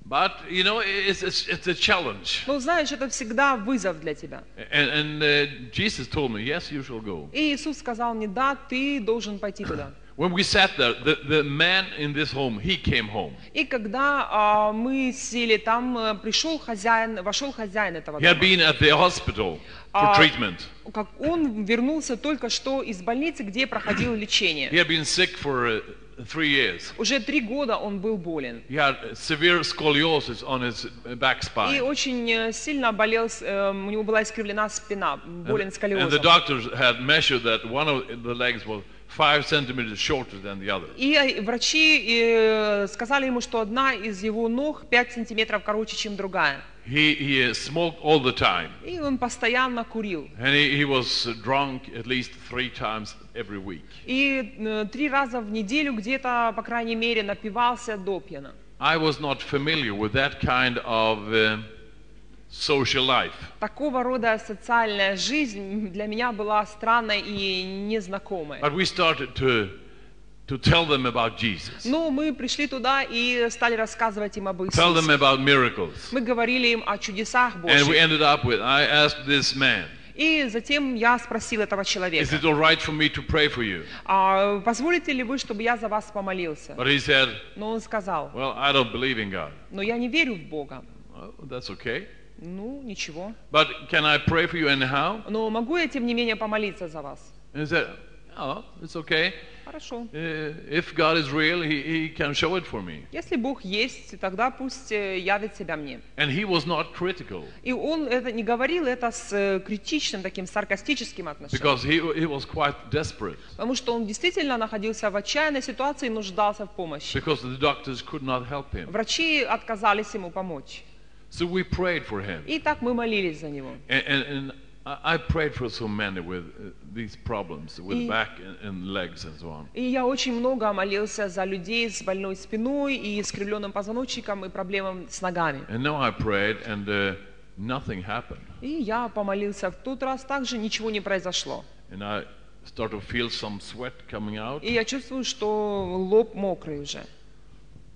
Speaker 1: But you know, it's, it's, it's a challenge.
Speaker 2: Ну, знаешь, это всегда вызов для тебя.
Speaker 1: And, and uh, Jesus told me, "Yes, you shall go."
Speaker 2: И Иисус сказал мне, да, ты должен пойти туда.
Speaker 1: When we sat there, the, the man in this home, he came home.
Speaker 2: И когда а, мы сели там, э, пришел хозяин, вошел хозяин этого
Speaker 1: He had
Speaker 2: дома.
Speaker 1: been at the hospital for
Speaker 2: Uh,
Speaker 1: treatment.
Speaker 2: Как он вернулся только что из больницы, где проходил
Speaker 1: He
Speaker 2: лечение.
Speaker 1: had been sick for uh, three years.
Speaker 2: Уже три года он был болен.
Speaker 1: He had severe scoliosis on his uh, back
Speaker 2: И
Speaker 1: spine.
Speaker 2: очень э, сильно болел, с- э, у него была искривлена спина, болен
Speaker 1: and the
Speaker 2: сколиозом.
Speaker 1: doctors had measured that one of the legs was five centimeters shorter than the other.
Speaker 2: И э, врачи э, сказали ему, что одна из его ног 5 сантиметров короче, чем другая.
Speaker 1: He, he uh, smoked all the time,
Speaker 2: И он постоянно курил.
Speaker 1: and he, he was drunk at least three times every week.
Speaker 2: И э, три раза в неделю где-то, по крайней мере, напивался допьяно.
Speaker 1: I was not familiar with that kind of uh, social life.
Speaker 2: Такого рода социальная жизнь для меня была странной и незнакомой.
Speaker 1: But we started to, to tell them about Jesus,
Speaker 2: Но мы пришли туда и стали рассказывать им об
Speaker 1: tell them
Speaker 2: Иисусе.
Speaker 1: about miracles.
Speaker 2: Мы говорили им о чудесах
Speaker 1: And we
Speaker 2: Божьих.
Speaker 1: ended up with I asked this man,
Speaker 2: И затем я спросил этого
Speaker 1: Is
Speaker 2: человека,
Speaker 1: it all right for me to pray for you?
Speaker 2: «А позволите ли вы, чтобы я за вас помолился?
Speaker 1: But he said,
Speaker 2: Но он сказал,
Speaker 1: Well, I don't believe in God.
Speaker 2: но я не верю в Бога.
Speaker 1: Oh, that's okay.
Speaker 2: Ну, ничего.
Speaker 1: But can I pray for you anyhow?
Speaker 2: Но могу я, тем не менее, помолиться за вас?
Speaker 1: And he said, Oh, it's okay.
Speaker 2: Хорошо.
Speaker 1: Uh, if God is real, he, he can show it for me.
Speaker 2: Если Бог есть, тогда пусть э, явит себя мне.
Speaker 1: And he was not critical
Speaker 2: И он это не говорил это с э, критичным, таким саркастическим отношением.
Speaker 1: because he, he was quite desperate
Speaker 2: Потому что он действительно находился в отчаянной ситуации и нуждался в помощи.
Speaker 1: because the doctors could not help him.
Speaker 2: Врачи отказались ему помочь.
Speaker 1: So we prayed for him.
Speaker 2: И так мы молились за него.
Speaker 1: And, and, and I I prayed for so many with uh, these problems with
Speaker 2: И-
Speaker 1: back and, and legs and so on.
Speaker 2: И я очень много молился за людей с больной спиной и искривленным позвоночником и проблемам с ногами.
Speaker 1: And now I prayed and uh, nothing happened.
Speaker 2: И я помолился в тот раз, также nичего не произошло.
Speaker 1: And I start to feel some sweat coming out.
Speaker 2: И я чувствую, что лоб мокрый уже.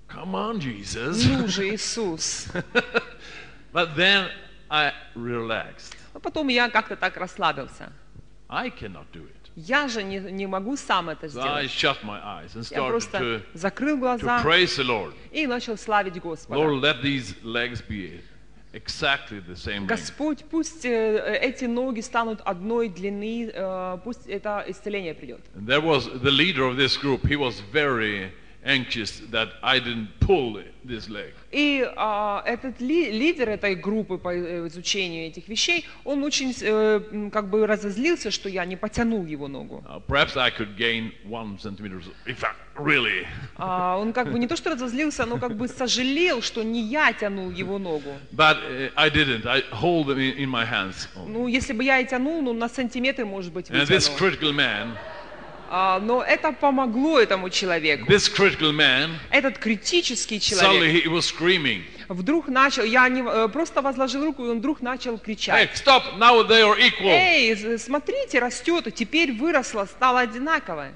Speaker 1: Come on, Jesus.
Speaker 2: Ну же, Иисус.
Speaker 1: but then I relaxed.
Speaker 2: А потом я как-то так расслабился.
Speaker 1: I cannot do it.
Speaker 2: Я же не, не могу сам это
Speaker 1: So I
Speaker 2: сделать.
Speaker 1: shut my eyes and
Speaker 2: Я
Speaker 1: started to,
Speaker 2: просто закрыл
Speaker 1: to
Speaker 2: глаза
Speaker 1: praise the Lord.
Speaker 2: и начал славить Господа.
Speaker 1: Lord, let these legs be exactly the same length.
Speaker 2: Господь, пусть э, эти ноги станут одной длины, э, пусть это исцеление придет.
Speaker 1: And there was the leader of this group. He was very anxious that I didn't pull this leg.
Speaker 2: И а, этот ли- лидер этой группы по э, изучению этих вещей, он очень э, м, как бы разозлился, что я не потянул его ногу.
Speaker 1: Uh, perhaps I could gain one centimeter if I really.
Speaker 2: А, он как бы не то что разозлился, но как бы сожалел, что не я тянул его ногу.
Speaker 1: But uh, I didn't. I hold them in, in my hands. only.
Speaker 2: Ну, если бы я и тянул, ну, на сантиметр, может быть,
Speaker 1: And this
Speaker 2: вытянул.
Speaker 1: critical man,
Speaker 2: А, но это помогло этому человеку.
Speaker 1: this critical man,
Speaker 2: Этот критический человек
Speaker 1: suddenly he was screaming,
Speaker 2: вдруг начал, я не, э, просто возложил руку, и он вдруг начал кричать.
Speaker 1: "Hey, stop! Now they are equal."
Speaker 2: Эй, з- смотрите, растет, и теперь выросла, стала одинаковая.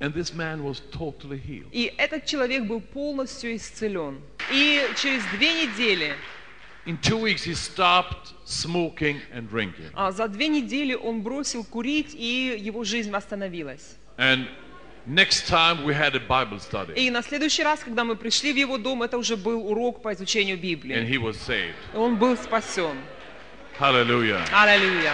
Speaker 1: And this man was totally healed.
Speaker 2: И этот человек был полностью исцелен. И через две недели,
Speaker 1: In two weeks, he stopped smoking and drinking.
Speaker 2: а, за две недели он бросил курить, и его жизнь восстановилась.
Speaker 1: And next time we had a Bible study,
Speaker 2: И на следующий раз, когда мы пришли в его дом, это уже был урок по изучению
Speaker 1: and
Speaker 2: Библии.
Speaker 1: he was saved.
Speaker 2: Он был спасен.
Speaker 1: Hallelujah.
Speaker 2: Аллилуйя.